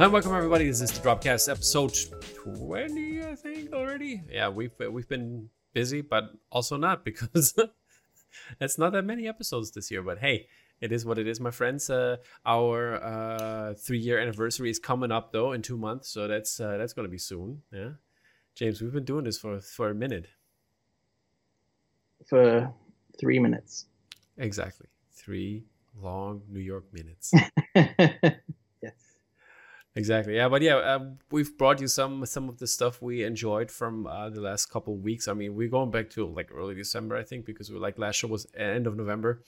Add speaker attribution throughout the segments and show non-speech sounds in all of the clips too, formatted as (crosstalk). Speaker 1: And welcome everybody. This is the Dropcast episode twenty, I think already. Yeah, we've we've been busy, but also not because (laughs) it's not that many episodes this year. But hey, it is what it is, my friends. Uh, our uh, three-year anniversary is coming up though in two months, so that's uh, that's gonna be soon. Yeah, James, we've been doing this for for a minute.
Speaker 2: for three (laughs) minutes.
Speaker 1: Exactly, three long New York minutes. (laughs)
Speaker 2: yes.
Speaker 1: Exactly. Yeah, but yeah, uh, we've brought you some some of the stuff we enjoyed from uh, the last couple weeks. I mean, we're going back to like early December, I think, because we like last show was end of November,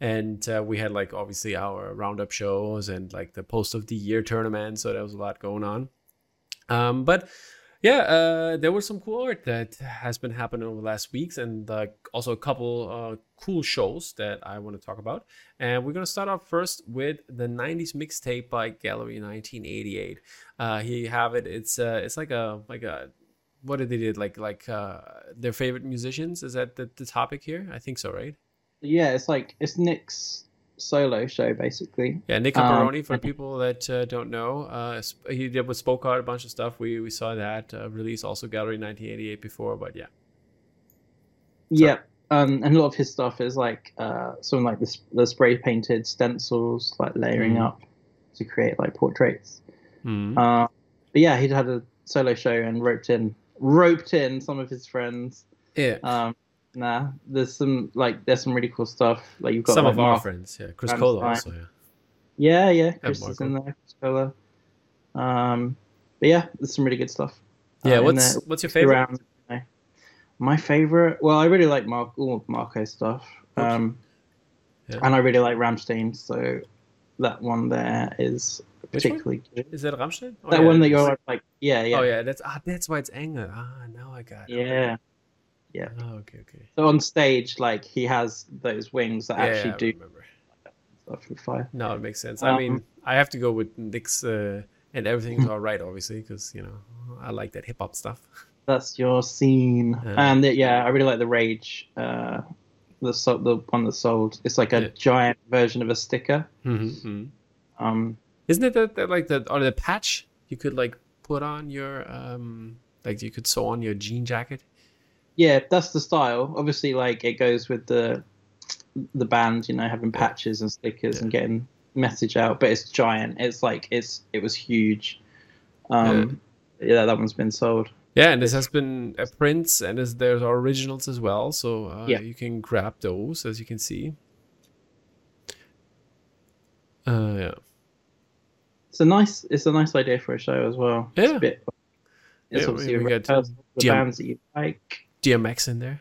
Speaker 1: and uh, we had like obviously our roundup shows and like the post of the year tournament. So there was a lot going on. Um, but yeah, uh, there was some cool art that has been happening over the last weeks, and uh, also a couple uh, cool shows that I want to talk about. And we're gonna start off first with the '90s mixtape by Gallery 1988. Uh, here you have it. It's uh, it's like a like a what did they did like like uh, their favorite musicians? Is that the, the topic here? I think so, right?
Speaker 2: Yeah, it's like it's Nick's solo show basically.
Speaker 1: Yeah, Nick
Speaker 2: Um,
Speaker 1: Caparoni, for people that uh, don't know, uh, sp- he did with Spoke Art a bunch of stuff. We we saw that uh, release also Gallery 1988 before, but yeah.
Speaker 2: Yeah. Um, and a lot of his stuff is like uh, some like the, sp- the spray painted stencils, like layering
Speaker 1: Mhm.
Speaker 2: up to create like portraits.
Speaker 1: Hmm.
Speaker 2: Uh, but yeah, he'd had a solo show and roped in roped in some of his friends.
Speaker 1: yeah.
Speaker 2: Um, nah, there's some like there's some really cool stuff. Like you've got Um,
Speaker 1: Some
Speaker 2: like,
Speaker 1: of our
Speaker 2: Mark-
Speaker 1: friends, yeah. Chris
Speaker 2: Ramstein.
Speaker 1: Cola also, yeah.
Speaker 2: Yeah, yeah, Chris is
Speaker 1: Marco.
Speaker 2: in there. Chris Kohler. Um, but yeah, there's some really good stuff.
Speaker 1: Yeah,
Speaker 2: uh, in
Speaker 1: what's
Speaker 2: there.
Speaker 1: what's your favorite?
Speaker 2: around. you know. My favorite, well, I really like Mark, all of Marco's stuff, um,
Speaker 1: Yeah.
Speaker 2: and I really like Ramstein, so that one there is
Speaker 1: Which one?
Speaker 2: particularly good.
Speaker 1: Is that Rammstein? Oh,
Speaker 2: that
Speaker 1: yeah,
Speaker 2: one that
Speaker 1: it is.
Speaker 2: you're like, yeah, yeah,
Speaker 1: Oh
Speaker 2: yeah.
Speaker 1: yeah, that's ah, that's why it's anger. Ah, now I got it. Oh, okay, okay.
Speaker 2: So on stage, like he has those wings that
Speaker 1: Yeah,
Speaker 2: actually
Speaker 1: I
Speaker 2: do
Speaker 1: remember.
Speaker 2: stuff with fire.
Speaker 1: No, it makes sense. I
Speaker 2: Um,
Speaker 1: mean, I have to go with Nick's uh, and everything's all right, obviously, because you know I like that hip hop stuff.
Speaker 2: That's your scene,
Speaker 1: Yeah.
Speaker 2: and it- yeah, I really like the Rage, uh, the so- the one that sold. It's like a
Speaker 1: Yeah.
Speaker 2: giant version of a sticker. Um,
Speaker 1: Isn't it that, that like the or the patch you could like put on your um like you could sew on your jean jacket?
Speaker 2: yeah that's the style obviously like it goes with the the band you know having patches and stickers and getting message out but it's giant it's like it's it was huge um yeah, that one's been sold
Speaker 1: Yeah, and this has been a prints, and is, there's originals as well, so uh,
Speaker 2: Yeah.
Speaker 1: you can grab those as you can see. Uh, yeah.
Speaker 2: it's a nice it's a nice idea for a show as well it's
Speaker 1: Yeah.
Speaker 2: a bit it's
Speaker 1: Yeah, we-
Speaker 2: obviously
Speaker 1: we
Speaker 2: a
Speaker 1: got
Speaker 2: rehearsal of the
Speaker 1: Jim-
Speaker 2: bands that you like
Speaker 1: DMX in there.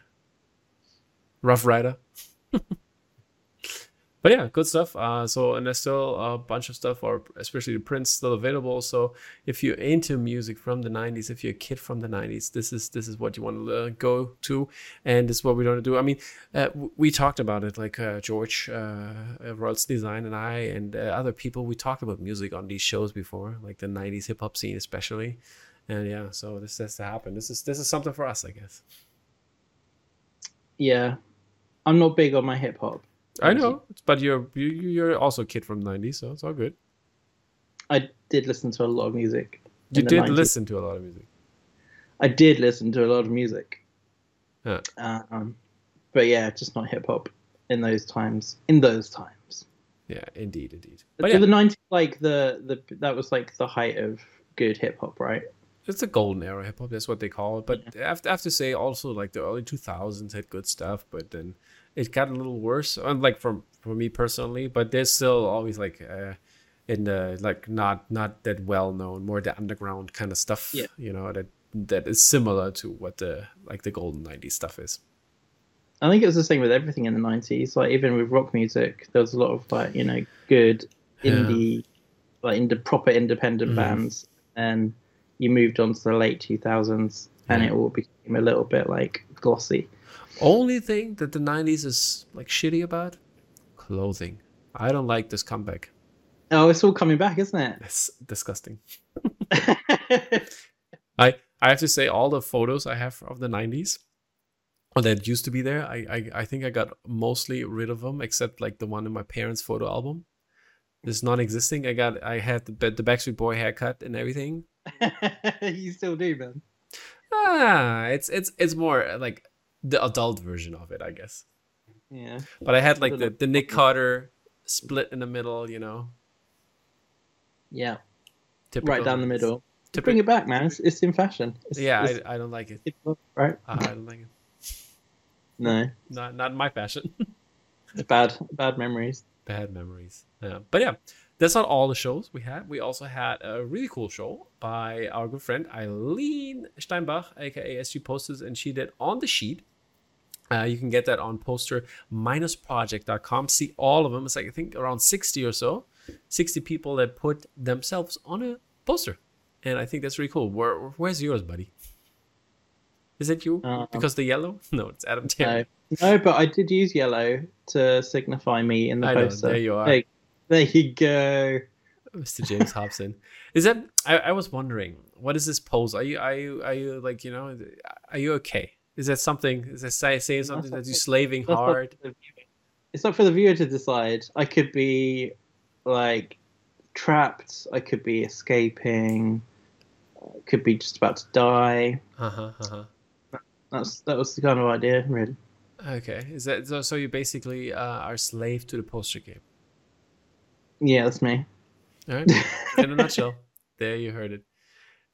Speaker 1: Rough Rider. (laughs) but yeah, good stuff. Uh, so and there's still a bunch of stuff, or especially the prints still available. So if you're into music from the '90s, if you're a kid from the '90s, this is this is what you want to uh, go to, and this is what we want to do. I mean, uh, w- we talked about it, like uh, George uh, uh, Rolls Design and I and uh, other people. We talked about music on these shows before, like the '90s hip hop scene, especially. And yeah, so this has to happen. This is this is something for us, I guess.
Speaker 2: yeah i'm not big on my hip-hop
Speaker 1: I
Speaker 2: Thank
Speaker 1: know, but you're you, you're also a kid from '90s, so it's all good.
Speaker 2: i did listen to a lot of music
Speaker 1: You
Speaker 2: in the
Speaker 1: did
Speaker 2: 90s.
Speaker 1: listen to a lot of music.
Speaker 2: i did listen to a lot of music
Speaker 1: Yeah.
Speaker 2: um but yeah just not hip-hop in those times in those times
Speaker 1: Yeah, indeed, indeed.
Speaker 2: So
Speaker 1: But yeah,
Speaker 2: the 90s like the the that was like the height of good hip-hop right
Speaker 1: it's a golden era hip hop. That's what they call it. But I have, to, I have to say, also like the early 2000s had good stuff, but then it got a little worse. And like from for me personally, but there's still always like uh, in the like not not that well known, more the underground kind of stuff.
Speaker 2: Yeah.
Speaker 1: you know that that is similar to what the like the golden '90s stuff is.
Speaker 2: i think it was the same with everything in the 90s like even with rock music there was a lot of like you know good
Speaker 1: Yeah.
Speaker 2: indie like in the proper independent
Speaker 1: Mhm.
Speaker 2: bands and you moved on to the late 2000s and
Speaker 1: Yeah.
Speaker 2: it all became a little bit like glossy
Speaker 1: Only thing that the 90s is like shitty about clothing. I don't like this comeback.
Speaker 2: oh it's all coming back isn't it
Speaker 1: It's disgusting. I I have to say all the photos I have of the 90s or that used to be there, I I, I think I got mostly rid of them except like the one in my parents' photo album this non-existing. I got I had the the Backstreet Boy haircut and everything.
Speaker 2: (laughs) you still do, man.
Speaker 1: Ah, it's it's it's more like the adult version of it, I guess.
Speaker 2: Yeah.
Speaker 1: But I had like the, the Nick Carter split in the middle, you know.
Speaker 2: Yeah.
Speaker 1: Typical,
Speaker 2: Right down the middle.
Speaker 1: typical-
Speaker 2: Bring it back, man. It's, it's in fashion. It's,
Speaker 1: yeah,
Speaker 2: it's-
Speaker 1: I, I don't like it.
Speaker 2: it's- right?
Speaker 1: Uh, I don't like it.
Speaker 2: No.
Speaker 1: Not not my fashion. (laughs)
Speaker 2: It's bad, bad memories.
Speaker 1: Bad memories. Yeah. But yeah, that's not all the shows we had. We also had a really cool show by our good friend Eileen Steinbach, aka SG Posters, and she did On the Sheet. Uh, you can get that on poster-project.com. See all of them. It's like I think around 60 or so. 60 people that put themselves on a poster. And I think that's really cool. Where, where's yours, buddy? Is it you?
Speaker 2: Um,
Speaker 1: because the yellow? (laughs) No, it's Adam Terry.
Speaker 2: No. No, but I did use yellow to signify me in the
Speaker 1: I know,
Speaker 2: poster.
Speaker 1: there you are.
Speaker 2: There, there you go.
Speaker 1: Mr. James Hobson. Is that I, I was wondering, what is this pose? Are you are you are you like, you know, are you okay? Is that something is that say, saying something that you're slaving
Speaker 2: That's up
Speaker 1: hard?
Speaker 2: to the viewer. It's up for the viewer to decide. I could be like trapped. I could be escaping. I could be just about to die.
Speaker 1: Uh-huh, uh-huh.
Speaker 2: That's that was the kind of idea, really.
Speaker 1: Okay. Is that so, so you basically uh, are slave to the poster game.
Speaker 2: Yeah, that's me.
Speaker 1: All right. In a
Speaker 2: (laughs)
Speaker 1: nutshell. There you heard it.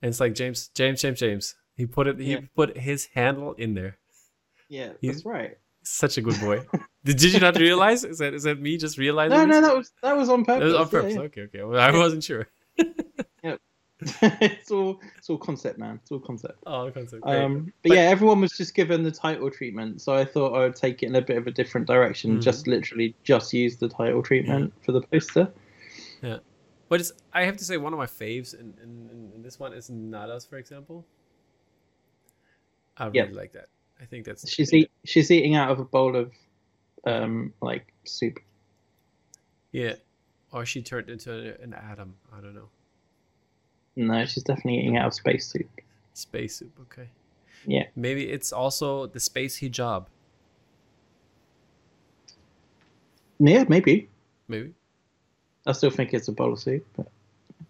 Speaker 1: And it's like James James James James. He put it he
Speaker 2: Yeah.
Speaker 1: put his handle in there.
Speaker 2: yeah,
Speaker 1: You-
Speaker 2: that's right.
Speaker 1: Such a good boy. did, did you not realize? Is that is that me just realizing?
Speaker 2: No,
Speaker 1: this?
Speaker 2: no, that was that was on
Speaker 1: That
Speaker 2: purpose.
Speaker 1: was on
Speaker 2: yeah,
Speaker 1: purpose. Okay, okay. Well, I wasn't sure.
Speaker 2: yeah. (laughs) it's all it's all concept, man. It's all concept.
Speaker 1: Oh, the concept. Great.
Speaker 2: Um, but,
Speaker 1: But-
Speaker 2: yeah, everyone was just given the title treatment, so I thought I would take it in a bit of a different direction.
Speaker 1: Mhm.
Speaker 2: Just literally, just use the title treatment for the poster.
Speaker 1: But it's, I have to say, one of my faves, and in, in, in this one is Not Us, for example. I really
Speaker 2: Yeah.
Speaker 1: like that. I think that's
Speaker 2: She's eat, she's eating out of a bowl of um like soup.
Speaker 1: yeah, or she turned into an atom. I don't know.
Speaker 2: No, she's definitely eating out of space soup.
Speaker 1: Space soup. Okay.
Speaker 2: Yeah.
Speaker 1: Maybe it's also the space hijab.
Speaker 2: Yeah, maybe.
Speaker 1: Maybe.
Speaker 2: I still think it's a bowl of soup, but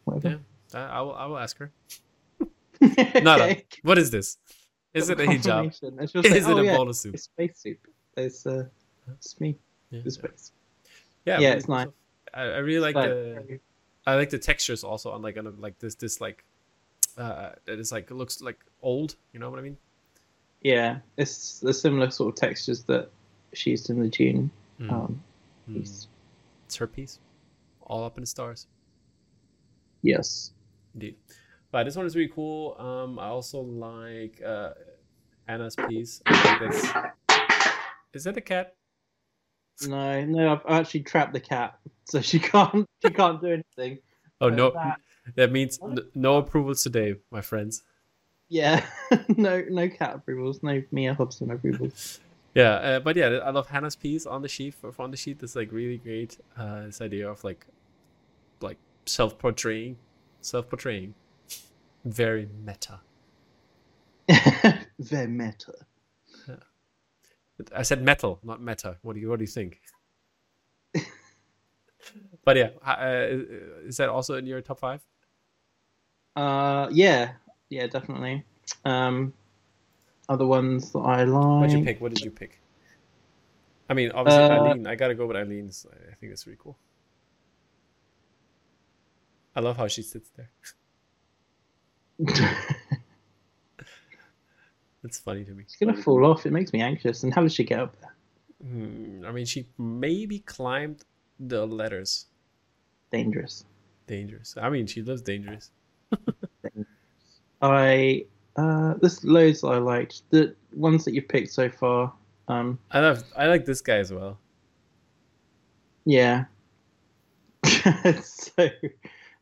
Speaker 2: whatever.
Speaker 1: I, I will. I will ask her.
Speaker 2: (laughs) Yeah.
Speaker 1: Nada. What is this? Is
Speaker 2: (laughs)
Speaker 1: it a hijab?
Speaker 2: It's Oh, just
Speaker 1: (laughs)
Speaker 2: like,
Speaker 1: Is it
Speaker 2: oh,
Speaker 1: a
Speaker 2: yeah,
Speaker 1: bowl of soup?
Speaker 2: it's space soup. It's uh, it's me.
Speaker 1: Yeah.
Speaker 2: It's space.
Speaker 1: Yeah.
Speaker 2: yeah,
Speaker 1: but
Speaker 2: it's nice.
Speaker 1: I, I really like
Speaker 2: But-
Speaker 1: the. I like the textures also on like on a, like this this like uh it is like it looks like old, you know what I mean?
Speaker 2: yeah, it's the similar sort of textures that she used in the June.
Speaker 1: Mm.
Speaker 2: Um,
Speaker 1: Mm.
Speaker 2: piece.
Speaker 1: It's her piece. All up in the stars.
Speaker 2: Yes.
Speaker 1: Indeed. But this one is really cool. Um I also like uh Anna's piece. I think that's- Is that a cat?
Speaker 2: No, no, I've actually trapped the cat, (laughs) so she can't she can't do anything.
Speaker 1: (laughs) Oh
Speaker 2: So
Speaker 1: no
Speaker 2: that-
Speaker 1: that means n- no approvals today, my friends.
Speaker 2: Yeah, (laughs) no, no cat approvals, no Mia Hobson approvals. (laughs)
Speaker 1: Yeah, uh, but yeah, I love Hannah's piece on the sheet for for on the sheet. That's like really great. Uh, this idea of like, like self portraying, self portraying, very meta.
Speaker 2: They're meta.
Speaker 1: I said metal, not meta. What do you what do you
Speaker 2: (laughs)
Speaker 1: think? but yeah, uh, is that also in your top five?
Speaker 2: Uh, yeah, yeah, definitely. Um, other ones that I like.
Speaker 1: What did you pick? What did you pick? I mean, obviously
Speaker 2: Um, Uh,
Speaker 1: Eileen. I gotta go with Eileen's. I think that's really cool. I love how she sits there. It's funny to me.
Speaker 2: (laughs) She's gonna fall off. It makes me anxious. And how does she get up there?
Speaker 1: Hmm, I mean, she maybe climbed the ladders.
Speaker 2: Dangerous.
Speaker 1: Dangerous. I mean, she lives dangerous.
Speaker 2: I uh, there's loads that I liked. The ones that you picked so far. Um,
Speaker 1: I love. I like this guy as well.
Speaker 2: yeah. (laughs) so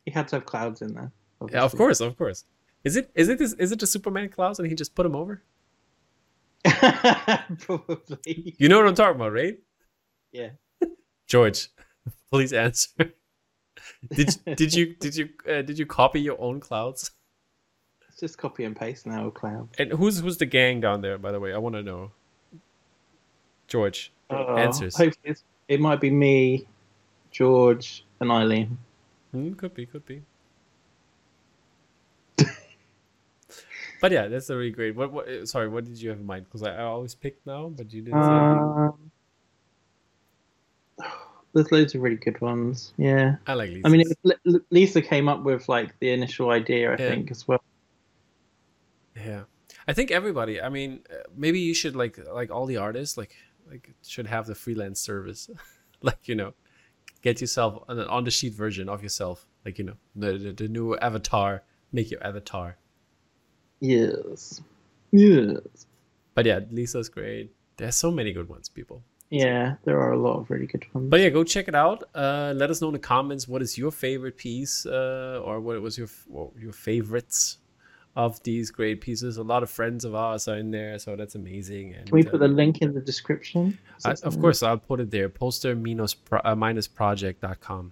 Speaker 2: you had to have clouds in there.
Speaker 1: Yeah, of
Speaker 2: obviously.
Speaker 1: course, of course. Is it? Is it? This, is it the Superman clouds and he just put him over?
Speaker 2: (laughs) Probably.
Speaker 1: You know what I'm talking about, right?
Speaker 2: Yeah.
Speaker 1: (laughs) George, (laughs) please answer. (laughs) Did did you did you uh, did you copy your own clouds?
Speaker 2: It's just copy and paste now, cloud.
Speaker 1: And who's who's the gang down there? By the way, I want to know. George,
Speaker 2: Oh,
Speaker 1: answers.
Speaker 2: Hopefully, it's, it might be me, George, and Eileen.
Speaker 1: Mm, could be, could be. (laughs) but yeah, that's a really great. What, what? uh, Sorry, what did you have in mind? Because I, I always pick now, but you didn't. say anything.
Speaker 2: Um, (sighs) there's loads of really good ones. Yeah.
Speaker 1: I like. Lisa's.
Speaker 2: I mean, it was, L- L- Lisa came up with like the initial idea, I
Speaker 1: Yeah.
Speaker 2: think, as well.
Speaker 1: Yeah, I think everybody. I mean, uh, maybe you should like like all the artists like like should have the freelance service, (laughs) like you know, get yourself an on the sheet version of yourself, like you know, the the, the new avatar, make your avatar.
Speaker 2: Yes. Yes.
Speaker 1: But yeah, Lisa's great. There's so many good ones, people.
Speaker 2: Yeah, there are a lot of really good ones.
Speaker 1: But yeah, go check it out. Uh, let us know in the comments what is your favorite piece, uh, or what was your what were your favorites of these great pieces. A lot of friends of ours are in there, so that's amazing. And
Speaker 2: Can we
Speaker 1: uh,
Speaker 2: put the link in the description? Is
Speaker 1: I,
Speaker 2: that
Speaker 1: of
Speaker 2: something-
Speaker 1: course, I'll put it there. Poster minus pro, uh, minus project.com.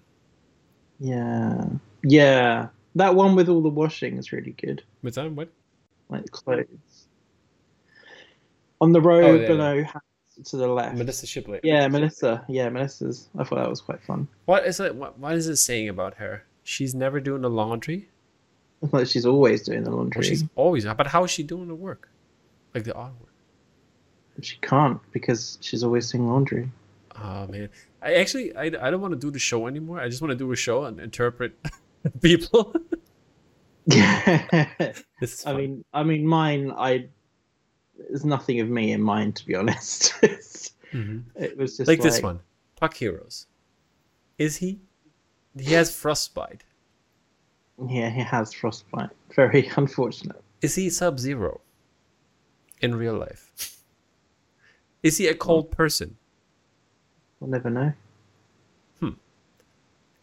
Speaker 2: Yeah. Yeah. That one with all the washing is really good.
Speaker 1: What's that? um, What?
Speaker 2: Like clothes. On the road
Speaker 1: Oh, yeah,
Speaker 2: below house to the left.
Speaker 1: Melissa Shipley.
Speaker 2: Yeah, Melissa. Yeah, Melissa's. I thought that was quite fun.
Speaker 1: What is it? What, what is it saying about her? She's never doing the laundry.
Speaker 2: It's like she's always doing the
Speaker 1: Or
Speaker 2: laundry.
Speaker 1: she's always. But how is she doing the work? Like the artwork.
Speaker 2: She can't because she's always doing laundry.
Speaker 1: (laughs) Oh man, I actually I, I don't want to do the show anymore. I just want to do a show and interpret (laughs) people.
Speaker 2: I
Speaker 1: this is fun.
Speaker 2: mean, I mean, mine. I there's nothing of me in mine to be honest. (laughs) It's-
Speaker 1: Mhm.
Speaker 2: it was just
Speaker 1: like, this one, Puck Heroes. Is he? He has frostbite.
Speaker 2: Yeah, he has frostbite. Very (laughs) unfortunate.
Speaker 1: Is he Sub Zero? In real life, (laughs) is he a cold person?
Speaker 2: We'll never know.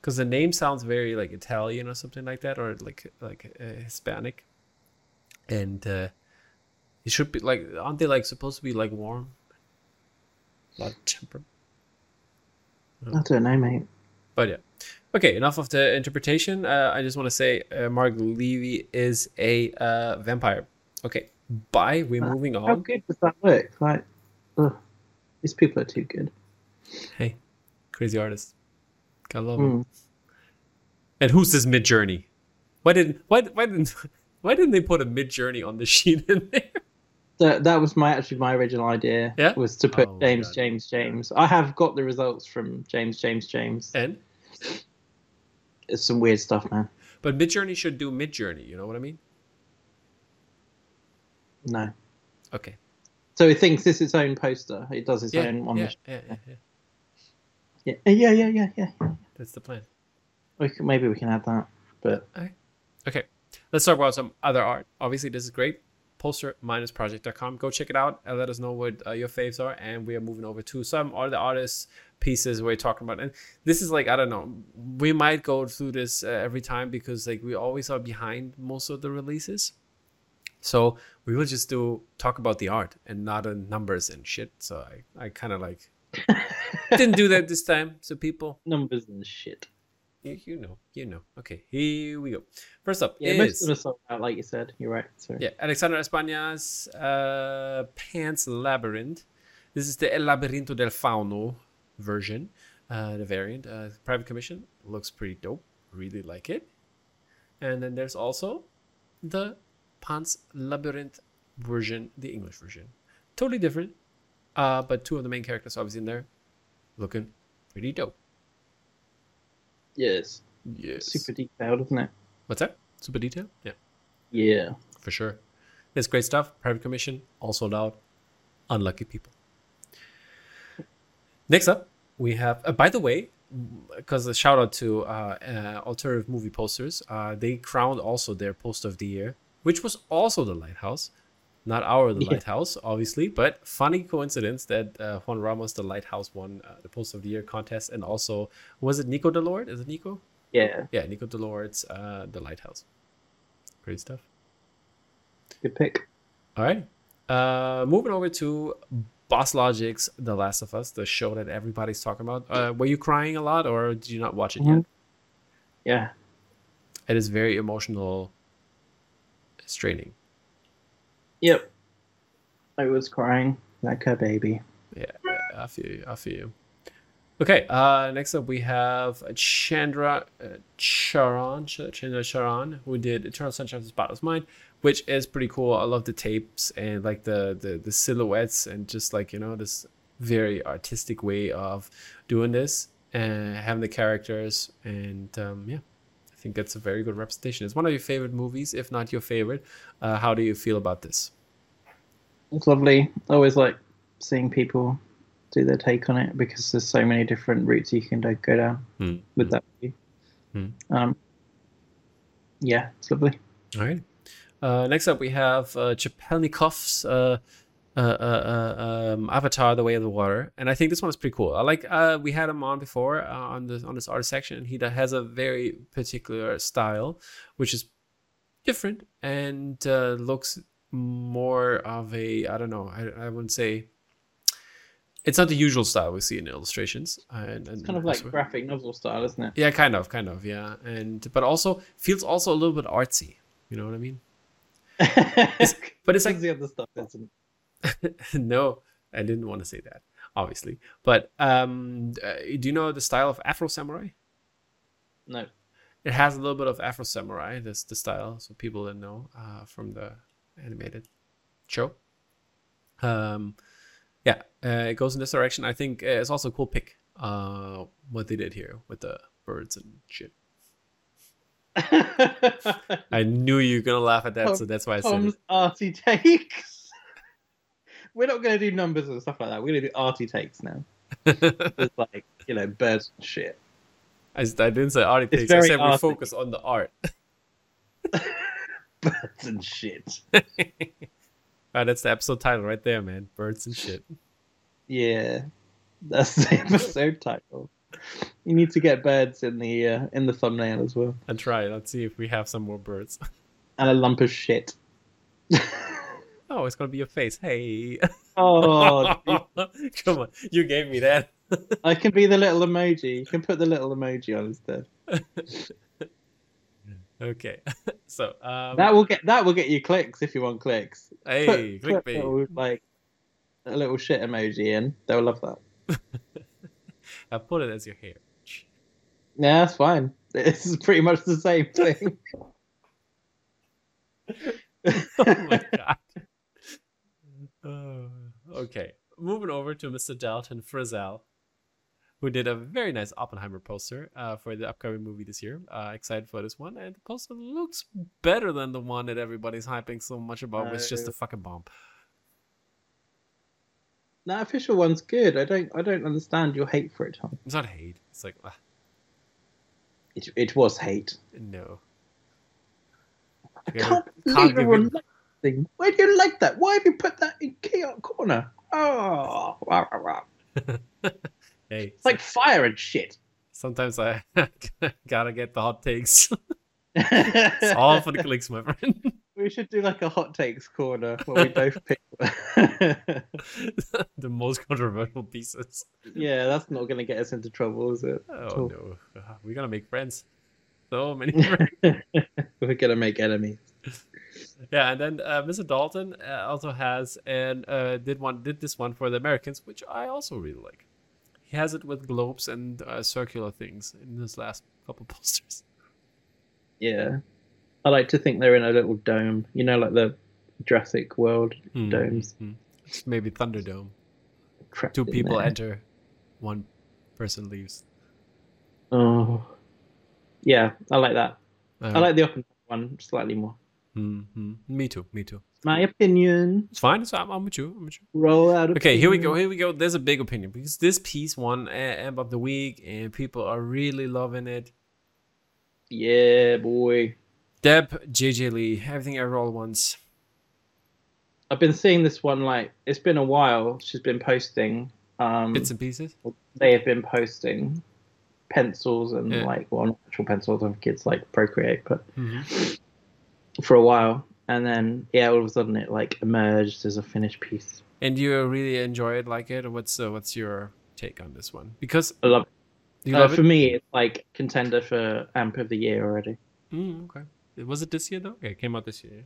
Speaker 1: Because the name sounds very like Italian or something like that, or like like uh, Hispanic. And uh, it should be like, aren't they like supposed to be like warm? A lot of temper.
Speaker 2: I don't know, mate.
Speaker 1: But yeah. Okay, enough of the interpretation. Uh, I just want to say uh, Mark Levy is a uh, vampire. Okay, bye. We're moving
Speaker 2: How
Speaker 1: on.
Speaker 2: good does that look? Like, ugh, these people are too good.
Speaker 1: Hey, crazy artist. Gotta love him.
Speaker 2: Mm.
Speaker 1: And who's this mid journey? Why didn't why why didn't (laughs) why didn't they put a mid journey on the (laughs) sheet in there?
Speaker 2: That that was my actually my original idea.
Speaker 1: Yeah?
Speaker 2: Was to put
Speaker 1: Oh my
Speaker 2: James,
Speaker 1: God.
Speaker 2: James, James. I have got the results from James, James, James.
Speaker 1: And
Speaker 2: It's some weird stuff, man.
Speaker 1: but mid journey should do mid journey. You know what I mean?
Speaker 2: No.
Speaker 1: Okay.
Speaker 2: So it thinks it's its own poster. It does its
Speaker 1: Yeah,
Speaker 2: own one.
Speaker 1: yeah, yeah, yeah, yeah.
Speaker 2: Yeah, yeah, yeah, yeah, yeah. yeah.
Speaker 1: That's the plan.
Speaker 2: We can, maybe we can add that. But
Speaker 1: Okay. Okay. Let's talk about some other art. Obviously, this is great. Poster minus project.com. Go check it out and let us know what uh, your faves are. And we are moving over to some other artists' pieces we're talking about. And this is like, I don't know, we might go through this uh, every time because like we always are behind most of the releases. So we will just do talk about the art and not the numbers and shit. So I, I kind of like didn't do that this time. So people,
Speaker 2: numbers and shit.
Speaker 1: you, you know, you know. Okay, here we go. First up
Speaker 2: Yeah,
Speaker 1: is
Speaker 2: most of them are sold out, like you said. You're right. Sorry.
Speaker 1: Yeah, Alexander España's uh, Pants Labyrinth. This is the El Laberinto del Fauno version, uh, the variant. Uh, private commission looks pretty dope. Really like it. And then there's also the Pants Labyrinth version, the English version. Totally different, uh, but two of the main characters obviously in there, looking pretty dope.
Speaker 2: Yes.
Speaker 1: Yes.
Speaker 2: Super detailed, isn't it?
Speaker 1: What's that? Super detail? Yeah.
Speaker 2: Yeah.
Speaker 1: for sure. It's great stuff. Private commission, all sold out. Unlucky people. Next up, we have. Uh, by the way, because a shout out to uh, uh, Alternative Movie Posters, uh, they crowned also their poster of the year, which was also the Lighthouse, not our the
Speaker 2: Yeah.
Speaker 1: Lighthouse, obviously, but funny coincidence that uh, Juan Ramos the Lighthouse won uh, the poster of the year contest, and also was it Nico Delord? Is it Nico?
Speaker 2: Yeah.
Speaker 1: Yeah, Nico Delord's uh, the Lighthouse. Great stuff.
Speaker 2: Good pick.
Speaker 1: All right. Uh, moving over to Boss Logic's The Last of Us, the show that everybody's talking about. Uh, were you crying a lot, or did you not watch it yet?
Speaker 2: Mhm. Yeah.
Speaker 1: It is very emotional, straining.
Speaker 2: Yep. I was crying like a baby.
Speaker 1: Yeah, I feel you. I feel you. Okay, uh, next up we have Chandra uh, Charan, Ch- Chandra Charan, who did Eternal Sunshine of the Spotless Mind, which is pretty cool. I love the tapes and like the, the the silhouettes and just like you know this very artistic way of doing this and having the characters and um, yeah, I think that's a very good representation. It's one of your favorite movies, if not your favorite. Uh, how do you feel about this?
Speaker 2: It's lovely. I always like seeing people do their take on it because there's so many different routes you can do- go down
Speaker 1: Hmm.
Speaker 2: with that view.
Speaker 1: Hmm.
Speaker 2: Um, yeah, it's lovely.
Speaker 1: All right. Uh, next up, we have uh, Chapelnikov's uh, uh, uh, uh, um, Avatar: The Way of the Water, and I think this one is pretty cool. I like. Uh, we had him on before uh, on this on this art section. He da- has a very particular style, which is different and uh, looks more of a I don't know. I, I wouldn't say. It's not the usual style we see in illustrations. And,
Speaker 2: It's kind of like graphic novel style, isn't it?
Speaker 1: yeah, kind of, kind of, yeah, and but also feels also a little bit artsy. You know what I mean?
Speaker 2: (laughs)
Speaker 1: But it's like
Speaker 2: the other stuff, isn't it?
Speaker 1: (laughs) no, I didn't want to say that, obviously. But um, uh, do you know the style of Afro Samurai?
Speaker 2: No.
Speaker 1: It has a little bit of Afro Samurai. That's the style, so people that know uh, from the animated show. Um, yeah, uh, it goes in this direction. I think uh, it's also a cool pick. Uh, what they did here with the birds and shit. I knew you were gonna laugh at that, so that's why I said it.
Speaker 2: Tom's arty takes. We're not going to do numbers and stuff like that. We're going to do arty takes now. It's like, you know, birds and shit.
Speaker 1: (laughs) I, I didn't say art it
Speaker 2: It's
Speaker 1: takes. I
Speaker 2: very
Speaker 1: said we
Speaker 2: arty.
Speaker 1: focus on the art.
Speaker 2: Birds (laughs) and shit.
Speaker 1: Wow, Uh, that's the episode title right there, man. Birds and shit.
Speaker 2: Yeah, that's the episode title. You need to get birds in the uh, in the thumbnail as well,
Speaker 1: I'll try. Let's see if we have some more birds. (laughs)
Speaker 2: and a lump of shit. (laughs)
Speaker 1: Oh, it's gonna be your face. Hey.
Speaker 2: oh,
Speaker 1: (laughs)
Speaker 2: dude,
Speaker 1: Come on. You gave me that.
Speaker 2: I can be the little emoji. You can put the little emoji on instead.
Speaker 1: Okay. (laughs) So um
Speaker 2: that will get that will get you clicks if you want clicks. Put- (laughs)
Speaker 1: Hey,
Speaker 2: put
Speaker 1: clickbait.
Speaker 2: little, like a little shit emoji in. They'll love that.
Speaker 1: I put it as your
Speaker 2: (laughs)
Speaker 1: hair.
Speaker 2: Yeah, that's fine. (laughs) This is pretty much the same thing.
Speaker 1: Oh my god. (laughs) Oh, okay. Moving over to Mr. Dalton Frizzell, who did a very nice Oppenheimer poster uh, for the upcoming movie this year. Uh, excited for this one. And the poster looks better than the one that everybody's hyping so much about, which is just a
Speaker 2: No.
Speaker 1: fucking bomb.
Speaker 2: that official one's good. I don't I don't understand your hate for it, Tom.
Speaker 1: It's not hate. It's like, ah,
Speaker 2: It, it was hate.
Speaker 1: no.
Speaker 2: I
Speaker 1: Yeah,
Speaker 2: can't
Speaker 1: can't
Speaker 2: believe
Speaker 1: give
Speaker 2: everyone
Speaker 1: it-
Speaker 2: liked that thing. Why do you like that? Why have you put that in key art corner? Oh, wow, wow, wow.
Speaker 1: Hey,
Speaker 2: It's like fire and shit.
Speaker 1: sometimes I (laughs) gotta get the hot takes.
Speaker 2: (laughs)
Speaker 1: it's all
Speaker 2: we
Speaker 1: for the clicks, my friend. (laughs)
Speaker 2: should do like a hot takes corner where we both pick. (laughs)
Speaker 1: the most controversial pieces.
Speaker 2: yeah, that's not going to get us into trouble, is it?
Speaker 1: Oh
Speaker 2: Cool.
Speaker 1: no, Uh, we're gonna make friends. So many.
Speaker 2: (laughs)
Speaker 1: friends.
Speaker 2: We're going to make enemies.
Speaker 1: yeah, and then uh, Mr. Dalton uh, also has and uh, did one did this one for the Americans, which I also really like. He has it with globes and uh, circular things in his last couple (laughs) posters.
Speaker 2: Yeah. I like to think they're in a little dome, you know, like the Jurassic World domes.
Speaker 1: Mhm. It's Maybe Thunderdome.
Speaker 2: trapped
Speaker 1: Two
Speaker 2: in
Speaker 1: people
Speaker 2: there.
Speaker 1: enter, one person
Speaker 2: Oh. Yeah, I like that. I
Speaker 1: leaves.
Speaker 2: like the Oppenheimer one slightly more.
Speaker 1: Um, hmm Me too. Me too.
Speaker 2: My opinion.
Speaker 1: It's fine. It's, I'm, I'm with you. I'm with you.
Speaker 2: roll out.
Speaker 1: Okay, here we go. Here we go. There's a big opinion because this piece won a- Amp of the Week, and people are really loving it.
Speaker 2: Yeah, boy.
Speaker 1: Deb, JJ Lee, everything ever all at once.
Speaker 2: I've been seeing this one like it's been a while. She's been posting. Um,
Speaker 1: Bits and pieces.
Speaker 2: they have been posting pencils and
Speaker 1: Yeah.
Speaker 2: like well, not actual pencils on kids like Procreate, but
Speaker 1: hmm
Speaker 2: for a while. And then yeah, all of a sudden it like emerged as a finished piece.
Speaker 1: And do you really enjoy it, like it? What's uh, what's your take on this one? Because
Speaker 2: I love.
Speaker 1: you
Speaker 2: it. Uh,
Speaker 1: love
Speaker 2: for
Speaker 1: it.
Speaker 2: me, it's like contender for amp of the year already.
Speaker 1: Mm, okay. Was it this year though? Okay, it came out this year.